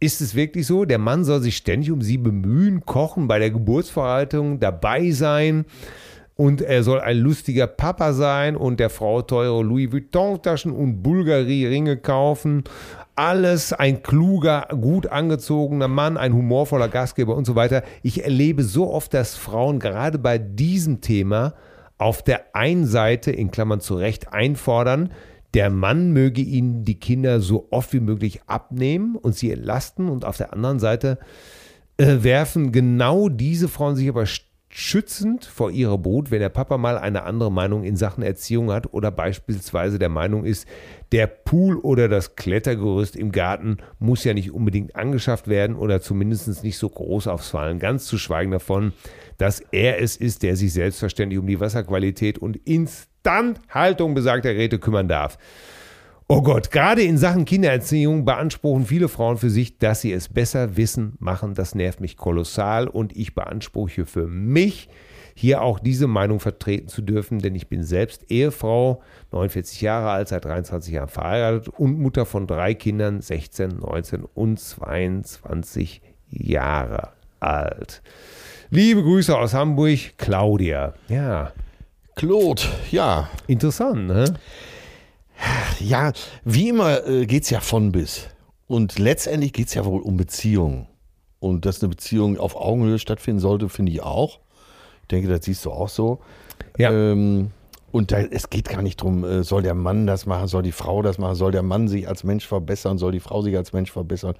ist es wirklich so? Der Mann soll sich ständig um sie bemühen, kochen, bei der Geburtsverwaltung dabei sein und er soll ein lustiger Papa sein und der Frau teure Louis Vuitton-Taschen und Bulgari-Ringe kaufen. Alles ein kluger, gut angezogener Mann, ein humorvoller Gastgeber und so weiter. Ich erlebe so oft, dass Frauen gerade bei diesem Thema auf der einen Seite, in Klammern zu Recht, einfordern, der Mann möge ihnen die Kinder so oft wie möglich abnehmen und sie entlasten und auf der anderen Seite äh, werfen genau diese Frauen sich aber sch- schützend vor ihre Brut, wenn der Papa mal eine andere Meinung in Sachen Erziehung hat oder beispielsweise der Meinung ist, der Pool oder das Klettergerüst im Garten muss ja nicht unbedingt angeschafft werden oder zumindest nicht so groß ausfallen. Ganz zu schweigen davon, dass er es ist, der sich selbstverständlich um die Wasserqualität und Instandhaltung besagter Geräte kümmern darf. Oh Gott, gerade in Sachen Kindererziehung beanspruchen viele Frauen für sich, dass sie es besser wissen, machen. Das nervt mich kolossal und ich beanspruche für mich, hier auch diese Meinung vertreten zu dürfen, denn ich bin selbst Ehefrau, 49 Jahre alt, seit 23 Jahren verheiratet und Mutter von drei Kindern, 16, 19 und 22 Jahre alt. Liebe Grüße aus Hamburg, Claudia. Ja,
Claude, ja.
interessant, ne?
Ja, wie immer äh, geht es ja von bis. Und letztendlich geht es ja wohl um Beziehungen. Und dass eine Beziehung auf Augenhöhe stattfinden sollte, finde ich auch. Ich denke, das siehst du auch so.
Ja.
Ähm, und da, es geht gar nicht drum, äh, soll der Mann das machen, soll die Frau das machen, soll der Mann sich als Mensch verbessern, soll die Frau sich als Mensch verbessern.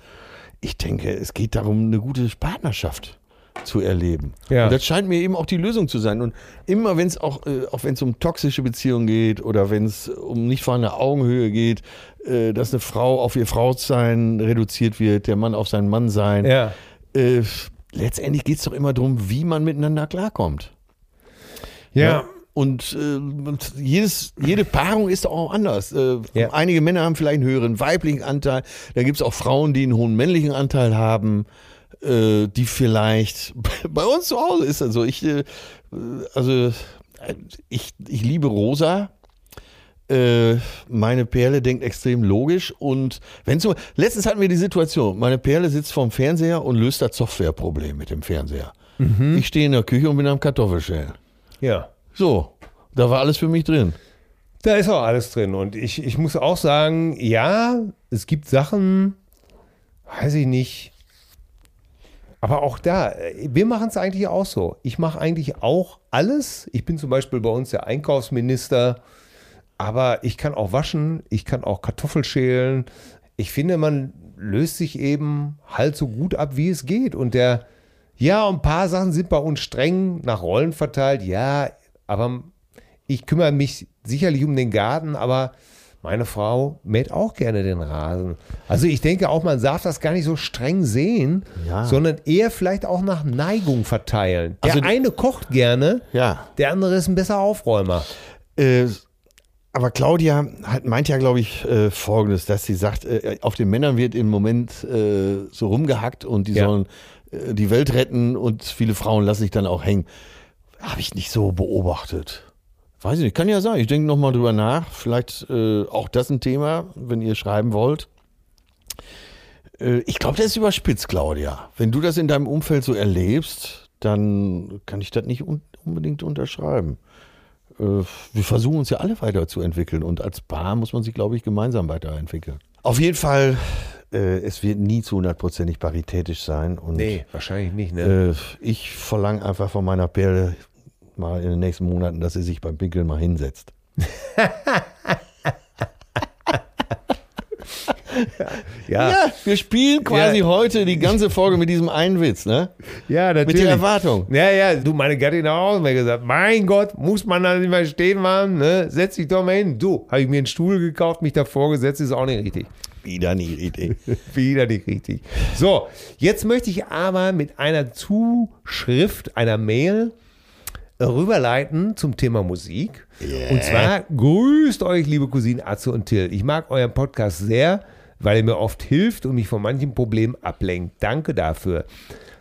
Ich denke, es geht darum, eine gute Partnerschaft zu erleben.
Ja.
Und das scheint mir eben auch die Lösung zu sein. Und immer wenn es auch, äh, auch wenn es um toxische Beziehungen geht oder wenn es um nicht vorhandene Augenhöhe geht, äh, dass eine Frau auf ihr Frausein reduziert wird, der Mann auf seinen Mann sein.
Ja.
Äh, letztendlich geht es doch immer darum, wie man miteinander klarkommt.
Ja.
Und, äh, und jedes, jede Paarung ist auch anders. Äh,
Ja.
Einige Männer haben vielleicht einen höheren weiblichen Anteil. Dann gibt es auch Frauen, die einen hohen männlichen Anteil haben, äh, die vielleicht bei uns zu Hause ist. Also ich, äh, also äh, ich, ich liebe Rosa. Äh, meine Perle denkt extrem logisch und wenn so letztens hatten wir die Situation, meine Perle sitzt vorm Fernseher und löst das Softwareproblem mit dem Fernseher. Ich stehe in der Küche und bin am Kartoffelschälen.
ja.
So, da war alles für mich drin.
Da ist auch alles drin. Und ich, ich muss auch sagen, ja, es gibt Sachen, weiß ich nicht. Aber auch da, äh, wir machen es eigentlich auch so. Ich mache eigentlich auch alles. Ich bin zum Beispiel bei uns der Einkaufsminister, aber ich kann auch waschen, ich kann auch Kartoffel schälen. Ich finde, man löst sich eben halt so gut ab, wie es geht. Und der, ja, und ein paar Sachen sind bei uns streng nach Rollen verteilt, ja, aber ich kümmere mich sicherlich um den Garten, aber Meine Frau mäht auch gerne den Rasen. Also ich denke auch, man darf das gar nicht so streng sehen,
Ja.
sondern eher vielleicht auch nach Neigung verteilen. Der
Also die-
eine kocht gerne,
Ja.
der andere ist ein besser Aufräumer.
Äh, aber Claudia hat, meint ja, glaube ich, äh, Folgendes, dass sie sagt, äh, auf den Männern wird im Moment äh, so rumgehackt und die
Ja.
sollen äh, die Welt retten und viele Frauen lassen sich dann auch hängen. Habe ich nicht so beobachtet. Weiß ich nicht, kann ja sein. Ich denke nochmal drüber nach. Vielleicht äh, auch das ein Thema, wenn ihr schreiben wollt. Äh, Ich glaube, das ist überspitzt, Claudia. Wenn du das in deinem Umfeld so erlebst, dann kann ich das nicht un unbedingt unterschreiben äh, wir versuchen uns ja alle weiterzuentwickeln und als Paar muss man sich, glaube ich, gemeinsam weiterentwickeln. Auf jeden Fall, äh, es wird nie zu hundertprozentig paritätisch sein und
Nee, wahrscheinlich nicht. Ne?
äh, ich verlange einfach von meiner Perle mal in den nächsten Monaten, dass sie sich beim Pinkeln mal hinsetzt. Äh, Ah.
Ja,
wir spielen
quasi
heute die ganze Folge mit diesem einen Witz, ne?
ja, natürlich.
der Erwartung.
Ja, ja, du, meine Gattin hat auch immer gesagt, mein Gott, muss man da nicht mal stehen machen, ne? Setz dich doch mal hin. Du, habe ich mir einen Stuhl gekauft, mich davor gesetzt, ist auch nicht richtig.
Wieder eine Idee.
Wieder nicht richtig. So, jetzt möchte ich aber mit einer Zuschrift, einer Mail rüberleiten zum Thema Musik. Und zwar grüßt euch, liebe Cousinen Atze und Till. Ich mag euren Podcast sehr, weil er mir oft hilft und mich von manchen Problemen ablenkt. Danke dafür.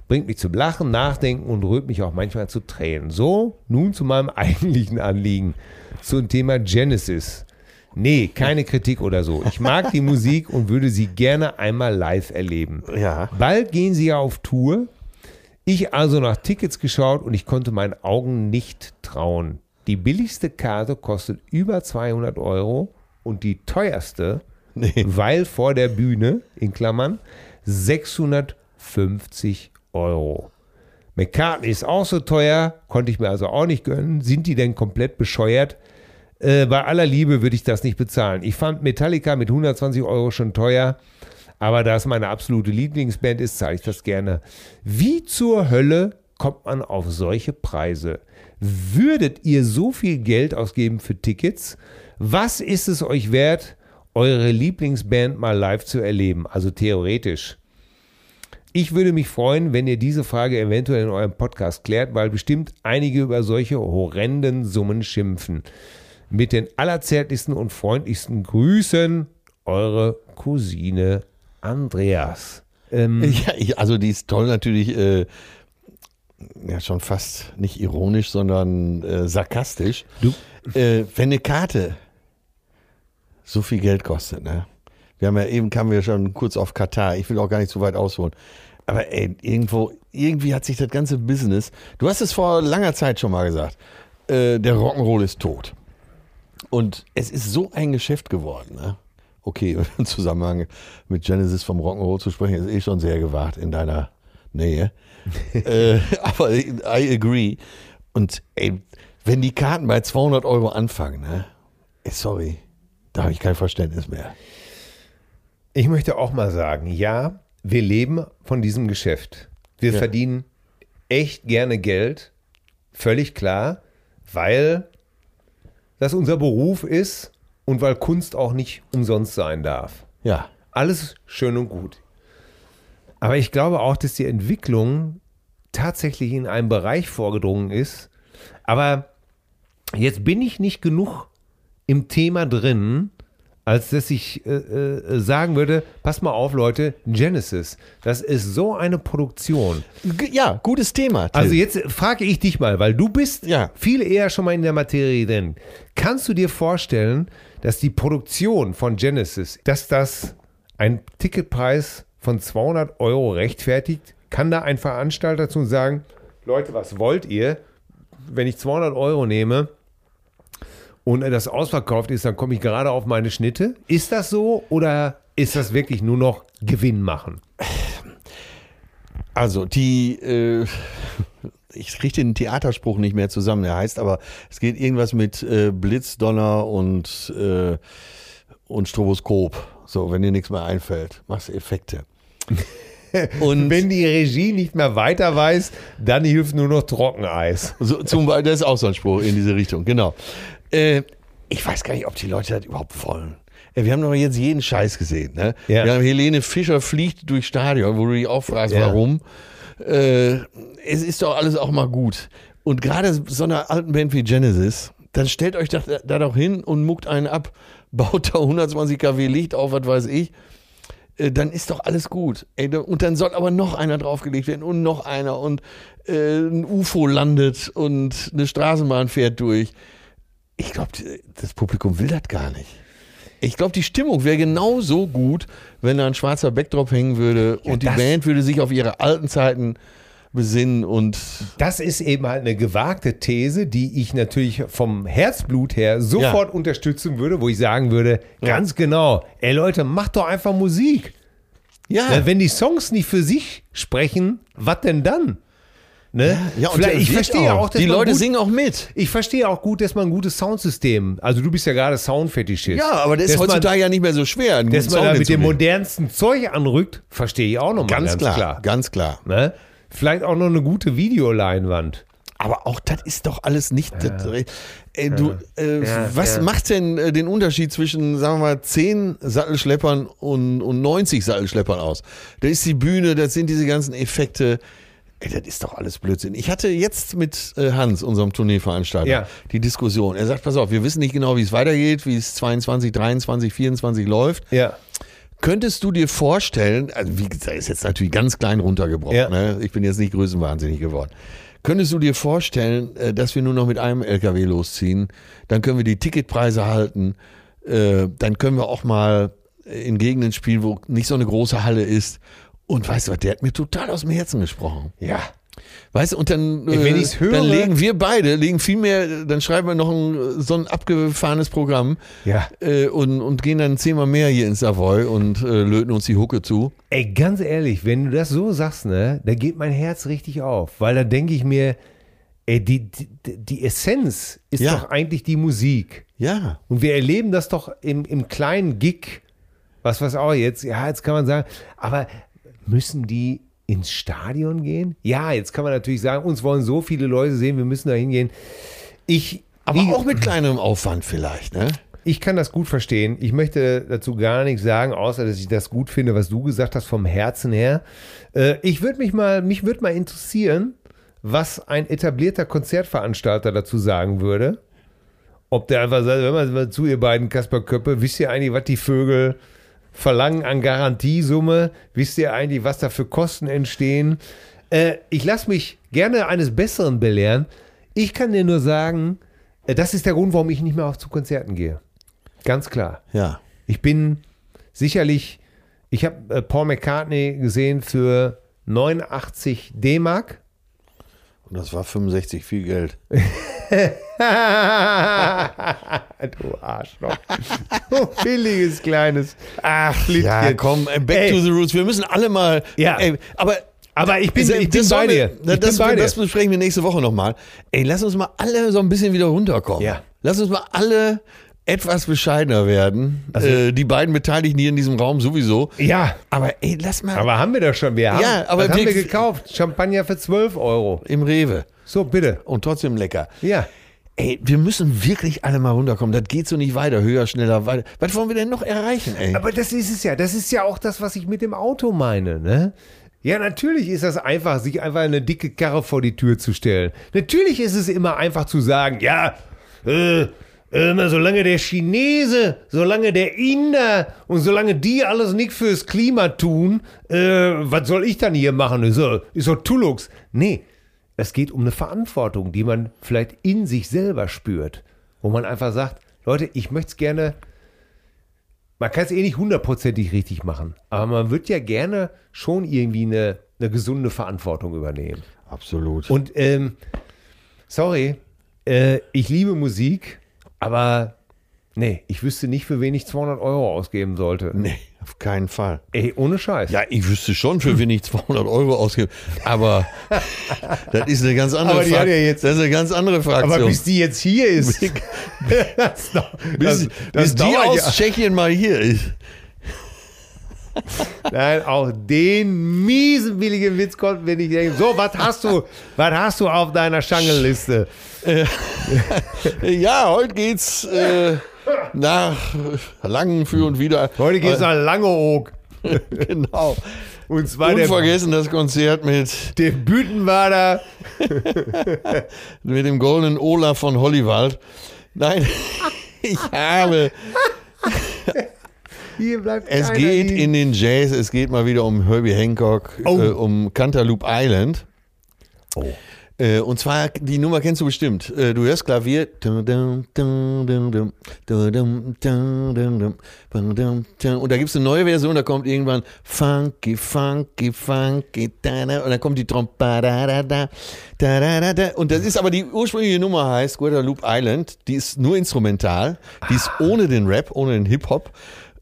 Bringt mich zum Lachen, Nachdenken und rührt mich auch manchmal zu Tränen. So, nun zu meinem eigentlichen Anliegen. Zum Thema Genesis. Nee, keine Kritik oder so. Ich mag die Musik und würde sie gerne einmal live erleben.
Ja.
Bald gehen sie ja auf Tour. Ich also nach Tickets geschaut und ich konnte meinen Augen nicht trauen. Die billigste Karte kostet über 200 Euro und die teuerste, weil vor der Bühne, in Klammern, 650 Euro. McCartney ist auch so teuer, konnte ich mir also auch nicht gönnen. Sind die denn komplett bescheuert? Äh, bei aller Liebe würde ich das nicht bezahlen. Ich fand Metallica mit 120 Euro schon teuer, aber da es meine absolute Lieblingsband ist, zahle ich das gerne. Wie zur Hölle kommt man auf solche Preise? Würdet ihr so viel Geld ausgeben für Tickets? Was ist es euch wert, eure Lieblingsband mal live zu erleben? Also theoretisch. Ich würde mich freuen, wenn ihr diese Frage eventuell in eurem Podcast klärt, weil bestimmt einige über solche horrenden Summen schimpfen. Mit den allerzärtlichsten und freundlichsten Grüßen, eure Cousine Andreas.
Ja, ich, also die ist toll natürlich, äh, ja schon fast nicht ironisch, sondern äh, sarkastisch.
Du-
Äh, wenn eine Karte so viel Geld kostet, ne? Wir haben ja eben, kamen wir schon kurz auf Katar. Ich will auch gar nicht zu weit ausholen. Aber ey, irgendwo, irgendwie hat sich das ganze Business, du hast es vor langer Zeit schon mal gesagt, äh, der Rock'n'Roll ist tot. Und es ist so ein Geschäft geworden, ne? Okay, im Zusammenhang mit Genesis vom Rock'n'Roll zu sprechen, ist eh schon sehr gewagt in deiner Nähe. äh, aber I agree. Und ey, wenn die Karten bei 200 Euro anfangen, ne? Ey, sorry, da habe ich kein Verständnis mehr.
Ich möchte auch mal sagen, ja, wir leben von diesem Geschäft. Wir
Ja.
verdienen echt gerne Geld, völlig klar, weil das unser Beruf ist und weil Kunst auch nicht umsonst sein darf.
Ja,
Alles schön und gut. Aber ich glaube auch, dass die Entwicklung tatsächlich in einen Bereich vorgedrungen ist. Aber jetzt bin ich nicht genug im Thema drin, als dass ich äh, äh, sagen würde, pass mal auf, Leute, Genesis, das ist so eine Produktion.
G ja, gutes Thema. Till.
Also jetzt frage ich dich mal, weil du bist
Ja.
viel eher schon mal in der Materie drin. Kannst du dir vorstellen, dass die Produktion von Genesis, dass das ein Ticketpreis von 200 Euro rechtfertigt? Kann da ein Veranstalter zu sagen, Leute, was wollt ihr? Wenn ich 200 Euro nehme und das ausverkauft ist, dann komme ich gerade auf meine Schnitte. Ist das so oder ist das wirklich nur noch Gewinn machen?
Also die, äh, ich kriege den Theaterspruch nicht mehr zusammen. Der heißt aber, es geht irgendwas mit äh, Blitz, Donner und, äh, und Stroboskop. So, wenn dir nichts mehr einfällt, machst du Effekte. Und
Wenn die Regie nicht mehr weiter weiß, dann hilft nur noch Trockeneis.
so, zum Beispiel, das ist auch so ein Spruch in diese Richtung, genau. Äh, ich weiß gar nicht, ob die Leute das überhaupt wollen. Ey, wir haben doch jetzt jeden Scheiß gesehen. Ne?
Ja.
Wir haben Helene Fischer fliegt durchs Stadion, wo du dich auch fragst,
Ja.
warum. Äh, es ist doch alles auch mal gut. Und gerade so einer alten Band wie Genesis, dann stellt euch da, da doch hin und muckt einen ab, baut da 120 kW Licht auf, was weiß ich. Äh, Dann ist doch alles gut. Ey, da- Und dann soll aber noch einer draufgelegt werden und noch einer und äh, ein UFO landet und eine Straßenbahn fährt durch. Ich glaube, das Publikum will das gar nicht. Ich glaube, die Stimmung wäre genauso gut, wenn da ein schwarzer Backdrop hängen würde und die
das-
Band würde sich auf ihre alten Zeiten besinnen und
Das ist eben halt eine gewagte These, die ich natürlich vom Herzblut her sofort
Ja.
unterstützen würde, wo ich sagen würde, ganz genau, ey Leute, macht doch einfach Musik.
ja,
Na, wenn die Songs nicht für sich sprechen, was denn dann? Ne?
ja und
Vielleicht-
der
ich
wird
verstehe auch, dass
die
man
Leute
gut,
singen auch mit.
Ich verstehe auch gut, dass man ein gutes Soundsystem, also du bist ja gerade Soundfetischist. Dass man-
ja nicht mehr so schwer. einen
Dass
guten
man da
Sound
mit dem
hinzulegen.
modernsten Zeug anrückt, verstehe ich auch nochmal
ganz,
ganz,
klar, ganz klar.
Ne? Vielleicht auch noch eine gute Videoleinwand.
Aber auch das ist doch alles nicht. Das, ey, du, äh, was macht denn äh, den Unterschied zwischen, sagen wir mal, 10 Sattelschleppern und, und 90 Sattelschleppern aus? Da ist die Bühne, das sind diese ganzen Effekte. Ey, das ist doch alles Blödsinn. Ich hatte jetzt mit äh, Hans, unserem Tourneeveranstalter,
Ja.
die Diskussion. Er sagt, pass auf, wir wissen nicht genau, wie es weitergeht, wie es 22, 23, 24 läuft.
Ja.
Könntest du dir vorstellen, also wie gesagt, ist jetzt natürlich ganz klein runtergebrochen,
Ja.
ne? ich bin jetzt nicht größenwahnsinnig geworden. Könntest du dir vorstellen, äh, dass wir nur noch mit einem LKW losziehen? Dann können wir die Ticketpreise halten. äh, Dann können wir auch mal in Gegenden spielen, wo nicht so eine große Halle ist. Und weißt du was, der hat mir total aus dem Herzen gesprochen.
Ja.
Weißt du, und dann, äh,
Ey, wenn ich's höre-
dann legen wir beide, legen viel mehr, dann schreiben wir noch ein, so ein abgefahrenes Programm
Ja.
äh, und, und gehen dann zehnmal mehr hier ins Savoy und äh, löten uns die Hucke zu.
Ey, ganz ehrlich, wenn du das so sagst, ne, da geht mein Herz richtig auf, weil da denke ich mir, ey, die, die, die Essenz ist
Ja.
doch eigentlich die Musik.
Ja.
Und wir erleben das doch im, im kleinen Gig, was was auch jetzt, ja, jetzt kann man sagen, aber müssen die ins Stadion gehen? Ja, jetzt kann man natürlich sagen, uns wollen so viele Leute sehen, wir müssen da hingehen. Ich,
Aber
wie-
auch mit kleinerem Aufwand vielleicht, ne?
ich kann das gut verstehen. Ich möchte dazu gar nichts sagen, außer dass ich das gut finde, was du gesagt hast vom Herzen her. Äh, ich würde mich mal, mich würde mal interessieren, was ein etablierter Konzertveranstalter dazu sagen würde. Ob der einfach sagt, wenn man mal zu ihr beiden Kasper Köppe, wisst ihr eigentlich, was die Vögel verlangen an Garantiesumme? Wisst ihr eigentlich, was da für Kosten entstehen? Äh, ich lasse mich gerne eines Besseren belehren. Ich kann dir nur sagen, äh, das ist der Grund, warum ich nicht mehr auf zu Konzerten gehe. Ganz klar.
Ja.
Ich bin sicherlich, ich habe äh, Paul McCartney gesehen für 89 D-Mark.
Und das war 65 viel Geld.
du Arschloch. Du billiges kleines Ach,
Ja, komm, äh, back
Ey.
to the roots. Wir müssen alle mal.
Ja.
Ey, aber.
Aber ich bin,
das-
ich bin
also, das
bei
sollen wir-
dir. Ich
das,
bin bei dir.
das besprechen wir nächste Woche nochmal. Ey, lass uns mal alle so ein bisschen wieder runterkommen.
Ja.
Lass uns mal alle etwas bescheidener werden.
Also-
äh, die beiden Beteiligten hier in diesem Raum sowieso.
Ja,
Aber ey, lass mal
aber haben wir doch schon. Wir haben,
Ja, aber
was haben
wir-
wir gekauft? Champagner für 12 Euro.
im Rewe.
So, bitte.
Und trotzdem lecker.
Ja.
Ey, wir müssen wirklich alle mal runterkommen. Das geht so nicht weiter. Höher, schneller, weiter. Was wollen wir denn noch erreichen, ey?
Aber das ist es ja. Das ist ja auch das, was ich mit dem Auto meine, ne? Ja, natürlich ist das einfach, sich einfach eine dicke Karre vor die Tür zu stellen. Natürlich ist es immer einfach zu sagen, ja, äh, immer solange der Chinese, solange der Inder und solange die alles nicht fürs Klima tun, äh, was soll ich dann hier machen? Ist so, ist so Tulux. Nee, es geht um eine Verantwortung, die man vielleicht in sich selber spürt, wo man einfach sagt, Leute, ich möchte es gerne man kann es eh nicht hundertprozentig richtig machen, aber man wird ja gerne schon irgendwie eine, eine gesunde Verantwortung übernehmen.
Absolut.
Und ähm, sorry, äh, ich liebe Musik, aber nee, ich wüsste nicht, für wen ich 200 Euro ausgeben sollte.
nee, auf keinen Fall.
Ey, ohne Scheiß.
Ja, ich wüsste schon, für wen ich 200 Euro ausgebe. Aber das ist eine ganz andere
Aber die
Frage.
hat ja jetzt-
das ist eine ganz andere Fraktion.
aber bis die jetzt hier ist, das, das,
bis, bis die
dauert
aus
ja.
Tschechien mal hier ist.
Nein, auch den miesen billigen Witz konnten wir nicht denken. So, was hast du, was hast du auf deiner Schangelliste?
Ja, heute geht's äh, nach Langen für und wieder.
Heute geht's nach Langeoog.
Genau.
Und zwar der,
Unvergessen das Konzert mit,
der Büttenwader.
mit dem goldenen Ola von Hollywood. Nein, ich habe.
Hier bleibt
Es
keiner
geht
liegen.
in den Jazz, es geht mal wieder um Herbie Hancock,
Oh.
äh, um Cantaloupe Island. Äh, Und zwar, die Nummer kennst du bestimmt. Äh, Du hörst Klavier. Und da gibt es eine neue Version, da kommt irgendwann Funky, Funky, Funky. Da, da, und dann kommt die Trompete. Da, da, da, da, da, da, da. Und das ist aber die ursprüngliche Nummer, heißt Guadalupe Island. Die ist nur instrumental. Die ist ohne den Rap, ohne den Hip-Hop.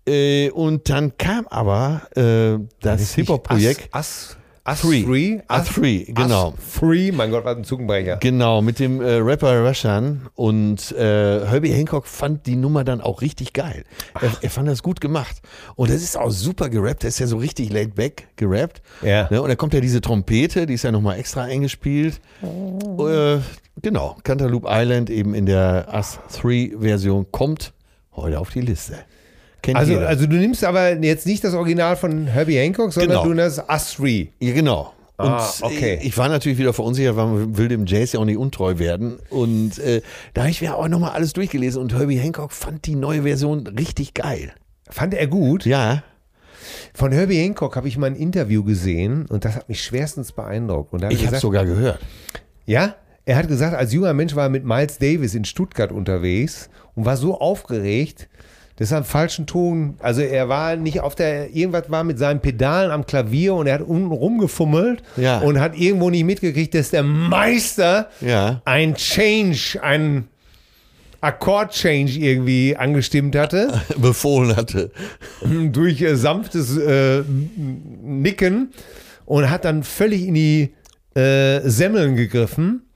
Äh, Und dann kam aber äh, das Hip-Hop-Projekt.
Us, us, us
Three.
Three.
Us Three, genau.
Us Three, mein Gott, was ein Zungenbrecher.
Genau, mit dem äh, Rapper Rashan. Und äh, Herbie Hancock fand die Nummer dann auch richtig geil. Er, er fand das gut gemacht. Und das ist auch super gerappt. Er ist ja so richtig laid back gerappt.
Ja.
Ne? Und da kommt ja diese Trompete, die ist ja nochmal extra eingespielt.
Oh.
Äh, genau, Cantaloupe Island eben in der Us 3 Version kommt heute auf die Liste. Kennt
Also,
jeder.
also du nimmst aber jetzt nicht das Original von Herbie Hancock, sondern
Genau.
du nimmst Us Three.
Ja, genau. Und
Ah, okay.
ich, ich war natürlich wieder verunsichert, weil man will dem Jazz ja auch nicht untreu werden. Und äh, da habe ich mir auch nochmal alles durchgelesen und Herbie Hancock fand die neue Version richtig geil.
Fand er gut.
Ja.
Von Herbie Hancock habe ich mal ein Interview gesehen und das hat mich schwerstens beeindruckt. Und da hat er
Ich habe
gesagt,
sogar gehört.
Ja, er hat gesagt, als junger Mensch war er mit Miles Davis in Stuttgart unterwegs und war so aufgeregt, dass er einen falschen Ton, also er war nicht auf der, irgendwas war mit seinen Pedalen am Klavier und er hat unten rumgefummelt
Ja.
und hat irgendwo nicht mitgekriegt, dass der Meister
Ja.
ein Change, ein Akkord-Change irgendwie angestimmt hatte
Befohlen hatte.
durch äh, sanftes äh, m- Nicken und hat dann völlig in die äh, Semmeln gegriffen.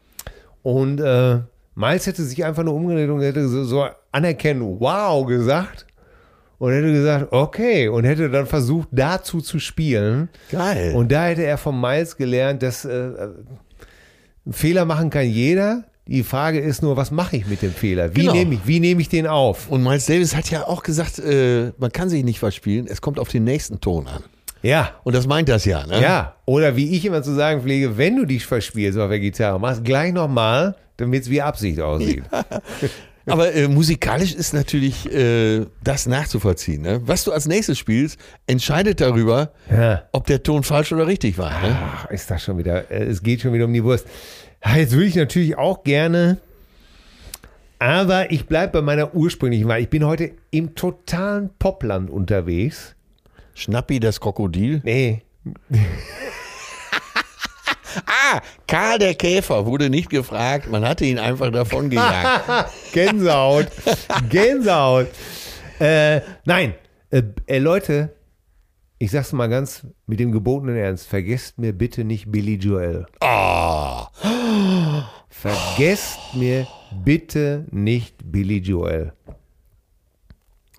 Und äh, Miles hätte sich einfach nur umgedreht und hätte so, so anerkennen, wow, gesagt. Und hätte gesagt, okay. Und hätte dann versucht, dazu zu spielen.
Geil.
Und da hätte er von Miles gelernt, dass äh, äh, Fehler machen kann jeder. Die Frage ist nur, was mache ich mit dem Fehler? Wie
Genau.
nehme ich, wie nehme ich den auf?
und Miles Davis hat ja auch gesagt, äh, man kann sich nicht verspielen, es kommt auf den nächsten Ton an.
Ja.
Und das meint das ja, ne?
Ja, oder wie ich immer zu sagen pflege, wenn du dich verspielst auf der Gitarre, mach's gleich nochmal, damit es wie Absicht aussieht.
Aber äh, musikalisch ist natürlich äh, das nachzuvollziehen. Ne? Was du als nächstes spielst, entscheidet darüber,
Ja.
ob der Ton falsch oder richtig war. Ne?
Ach, ist das schon wieder, äh, es geht schon wieder um die Wurst. Ah, Jetzt würde ich natürlich auch gerne, aber ich bleibe bei meiner ursprünglichen Wahl. Ich bin heute im totalen Popland unterwegs.
Schnappi das Krokodil.
Nee,
Ah, Karl der Käfer wurde nicht gefragt, man hatte ihn einfach davon gejagt.
Gänsehaut. Gänsehaut. Äh, nein, äh, äh, Leute, ich sag's mal ganz mit dem gebotenen Ernst, vergesst mir bitte nicht Billy Joel.
Ah.
Vergesst mir bitte nicht Billy Joel.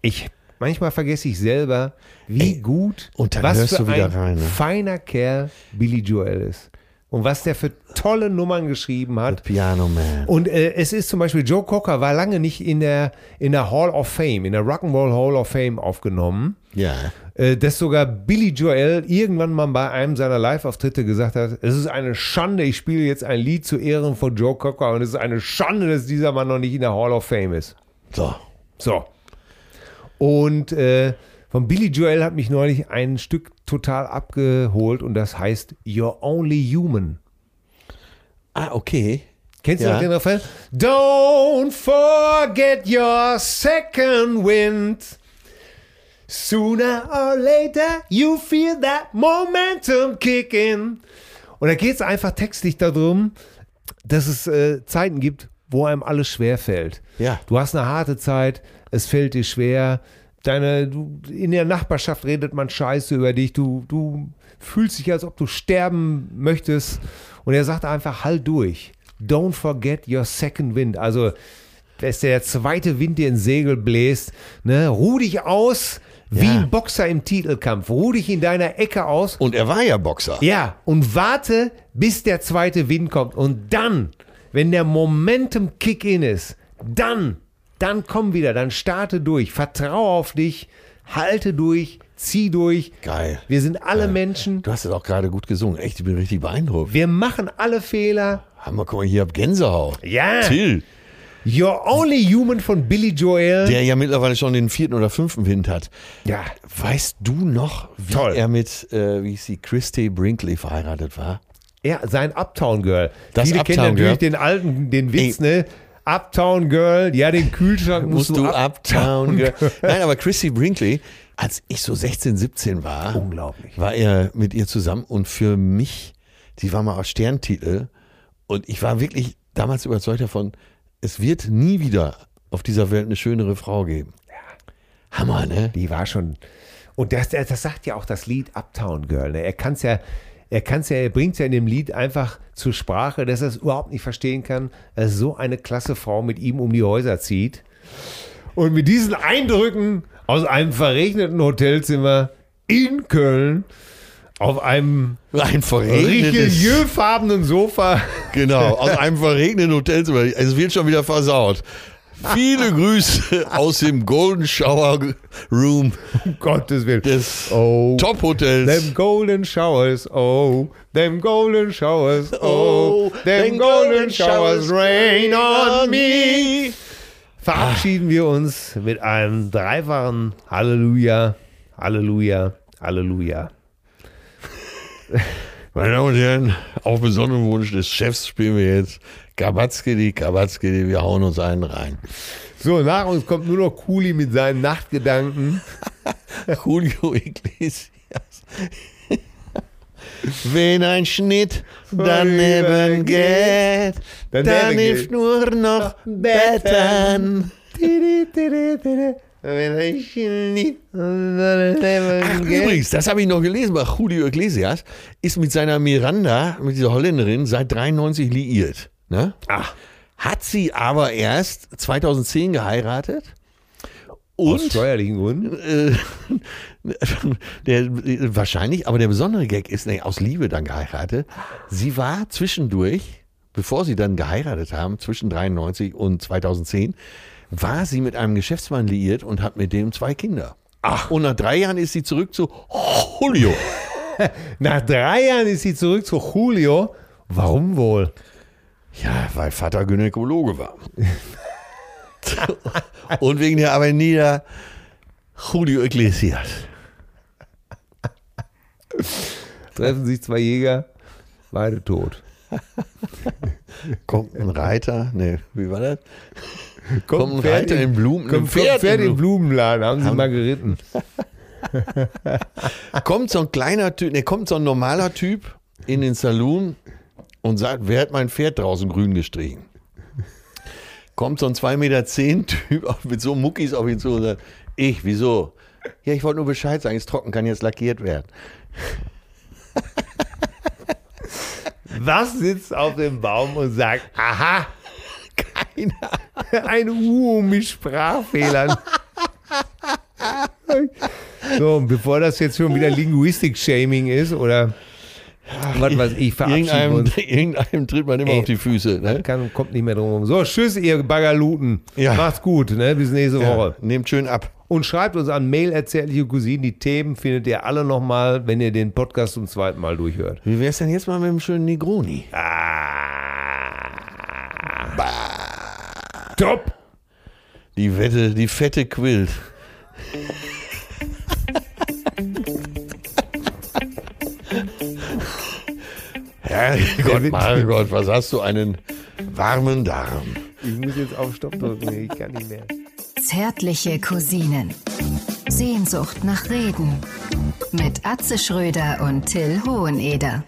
Ich manchmal vergesse ich selber, wie
Ey,
gut
und dann
was
hörst
für
du wieder
ein
rein, ne?
feiner Kerl Billy Joel ist. Und was der für tolle Nummern geschrieben hat.
Piano Man.
Und äh, es ist zum Beispiel, Joe Cocker war lange nicht in der, in der Hall of Fame, in der Rock'n'Roll Hall of Fame aufgenommen,
Ja.
äh, dass sogar Billy Joel irgendwann mal bei einem seiner Live-Auftritte gesagt hat, es ist eine Schande, ich spiele jetzt ein Lied zu Ehren von Joe Cocker und es ist eine Schande, dass dieser Mann noch nicht in der Hall of Fame ist.
So.
So. Und äh, von Billy Joel hat mich neulich ein Stück total abgeholt und das heißt You're Only Human.
Ah, okay.
Kennst du
Ja.
noch den Refrain? Don't forget your second wind. Sooner or later you feel that momentum kick in. Und da geht es einfach textlich darum, dass es äh, Zeiten gibt, wo einem alles schwer fällt.
Ja.
Du hast eine harte Zeit, es fällt dir schwer. Deine, du, in der Nachbarschaft redet man Scheiße über dich. Du, du fühlst dich, als ob du sterben möchtest. Und er sagt einfach, halt durch. Don't forget your second wind. Also, dass der zweite Wind dir ins Segel bläst. Ne? Ruh dich aus wie
Ja.
ein Boxer im Titelkampf. Ruh dich in deiner Ecke aus
Und er war ja Boxer.
ja, und warte, bis der zweite Wind kommt. Und dann, wenn der Momentum-Kick in ist, dann Dann komm wieder, dann starte durch, vertrau auf dich, halte durch, zieh durch.
Geil.
Wir sind alle
Geil.
Menschen.
Du hast es auch gerade gut gesungen. Echt, ich bin richtig beeindruckt.
Wir machen alle Fehler.
Hammer, guck mal, hier hab Gänsehaut.
Ja.
Till,
You're only human von Billy Joel.
der ja mittlerweile schon den vierten oder fünften Wind hat.
ja.
Weißt du noch, wie
Toll.
er mit, äh, wie hieß sie, Christy Brinkley verheiratet war?
Ja, sein Uptown Girl.
Das
Viele kennen
Uptown
natürlich
Girl.
den alten, den Witz, ne? Uptown Girl, ja, den Kühlschrank
Musst du Uptown Girl.
Girl.
Nein, aber Christy Brinkley, als ich so 16, 17 war,
Unglaublich.
war er mit ihr zusammen und für mich, die war mal auf Sterntitel und ich war wirklich damals überzeugt davon, es wird nie wieder auf dieser Welt eine schönere Frau geben. Hammer, ne?
Die war schon. Und das, das das sagt ja auch das Lied Uptown Girl. Ne? Er kann es ja, er kann's ja, er bringt es ja in dem Lied einfach zur Sprache, dass er es überhaupt nicht verstehen kann, dass so eine klasse Frau mit ihm um die Häuser zieht. Und mit diesen Eindrücken aus einem verregneten Hotelzimmer in Köln auf einem
Ein verregnetes,
religiöfarbenen Sofa.
genau, aus einem verregneten Hotelzimmer. Es wird schon wieder versaut. Viele Grüße aus dem Golden Shower Room
Um Gottes Willen.
des
oh.
Top Hotels.
Them golden showers, oh, them golden showers,
Oh,
oh,
them
them
golden
golden showers
showers
rain
on
on me. Verabschieden wir uns mit einem dreifachen Halleluja, Halleluja, Halleluja.
Meine Damen und Herren, auf besonderen Wunsch des Chefs spielen wir jetzt Kabatzkedi, Kabatzkedi, wir hauen uns einen rein.
So, nach uns kommt nur noch Kuli mit seinen Nachtgedanken.
Julio Iglesias. Wenn ein Schnitt daneben geht,
Daneben
dann
geht.
hilft nur noch Bettern. Ach, übrigens, das habe ich noch gelesen bei Julio Iglesias, ist mit seiner Miranda, mit dieser Holländerin, seit 93 liiert. Ne?
Ach,
Hat sie aber erst 2010 geheiratet
aus
und
steuerlichen Gründen.
äh, der, wahrscheinlich, aber der besondere Gag ist, nee, aus Liebe dann geheiratet. Sie war zwischendurch, bevor sie dann geheiratet haben, zwischen 93 und 2010, war sie mit einem Geschäftsmann liiert und hat mit dem zwei Kinder. Ach. Und nach drei Jahren ist sie zurück zu Julio.
Nach drei Jahren ist sie zurück zu Julio. Warum wohl?
Ja, weil Vater Gynäkologe war. und wegen der Avenida Julio Iglesias.
Treffen sich zwei Jäger, beide tot.
Kommt ein Reiter, nee, wie war das? Kommt ein
Pferd
Reiter in Blumen,
Kommt,
ein Pferd
kommt Pferd
in
im Blumenladen, haben sie mal geritten.
kommt so ein kleiner Typ, ne, kommt so ein normaler Typ in den Saloon und sagt, wer hat mein Pferd draußen grün gestrichen? Kommt so ein 2,10 Meter Typ auf- mit so Muckis auf ihn zu und sagt, ich, wieso? Ja, ich wollte nur Bescheid sagen, ist trocken, kann jetzt lackiert werden.
Was sitzt auf dem Baum und sagt, aha,
Keiner.
ein Uhu um mit Sprachfehlern. So, und bevor das jetzt schon wieder Linguistik-Shaming ist oder was weiß ich, verabschieden wir
Irgendeinem,
uns.
irgendeinem tritt man immer
Ey.
auf die Füße. Ne?
Kann, kommt nicht mehr drum rum. So, tschüss, ihr Baggerluten.
Ja.
Macht's gut, ne? bis nächste Woche.
Ja, nehmt schön ab.
Und schreibt uns an Mail erzärtliche Cousinen. Die Themen findet ihr alle nochmal, wenn ihr den Podcast zum zweiten Mal durchhört.
Wie wär's denn jetzt mal mit dem schönen Negroni?
Top!
Die Wette, die fette Quilt. Herrgott,
Witz.
mein Gott, was hast du einen warmen Darm?
Ich muss jetzt auf Stopp drücken, ich kann nicht mehr.
Zärtliche Cousinen. Sehnsucht nach Reden. Mit Atze Schröder und Till Hoheneder.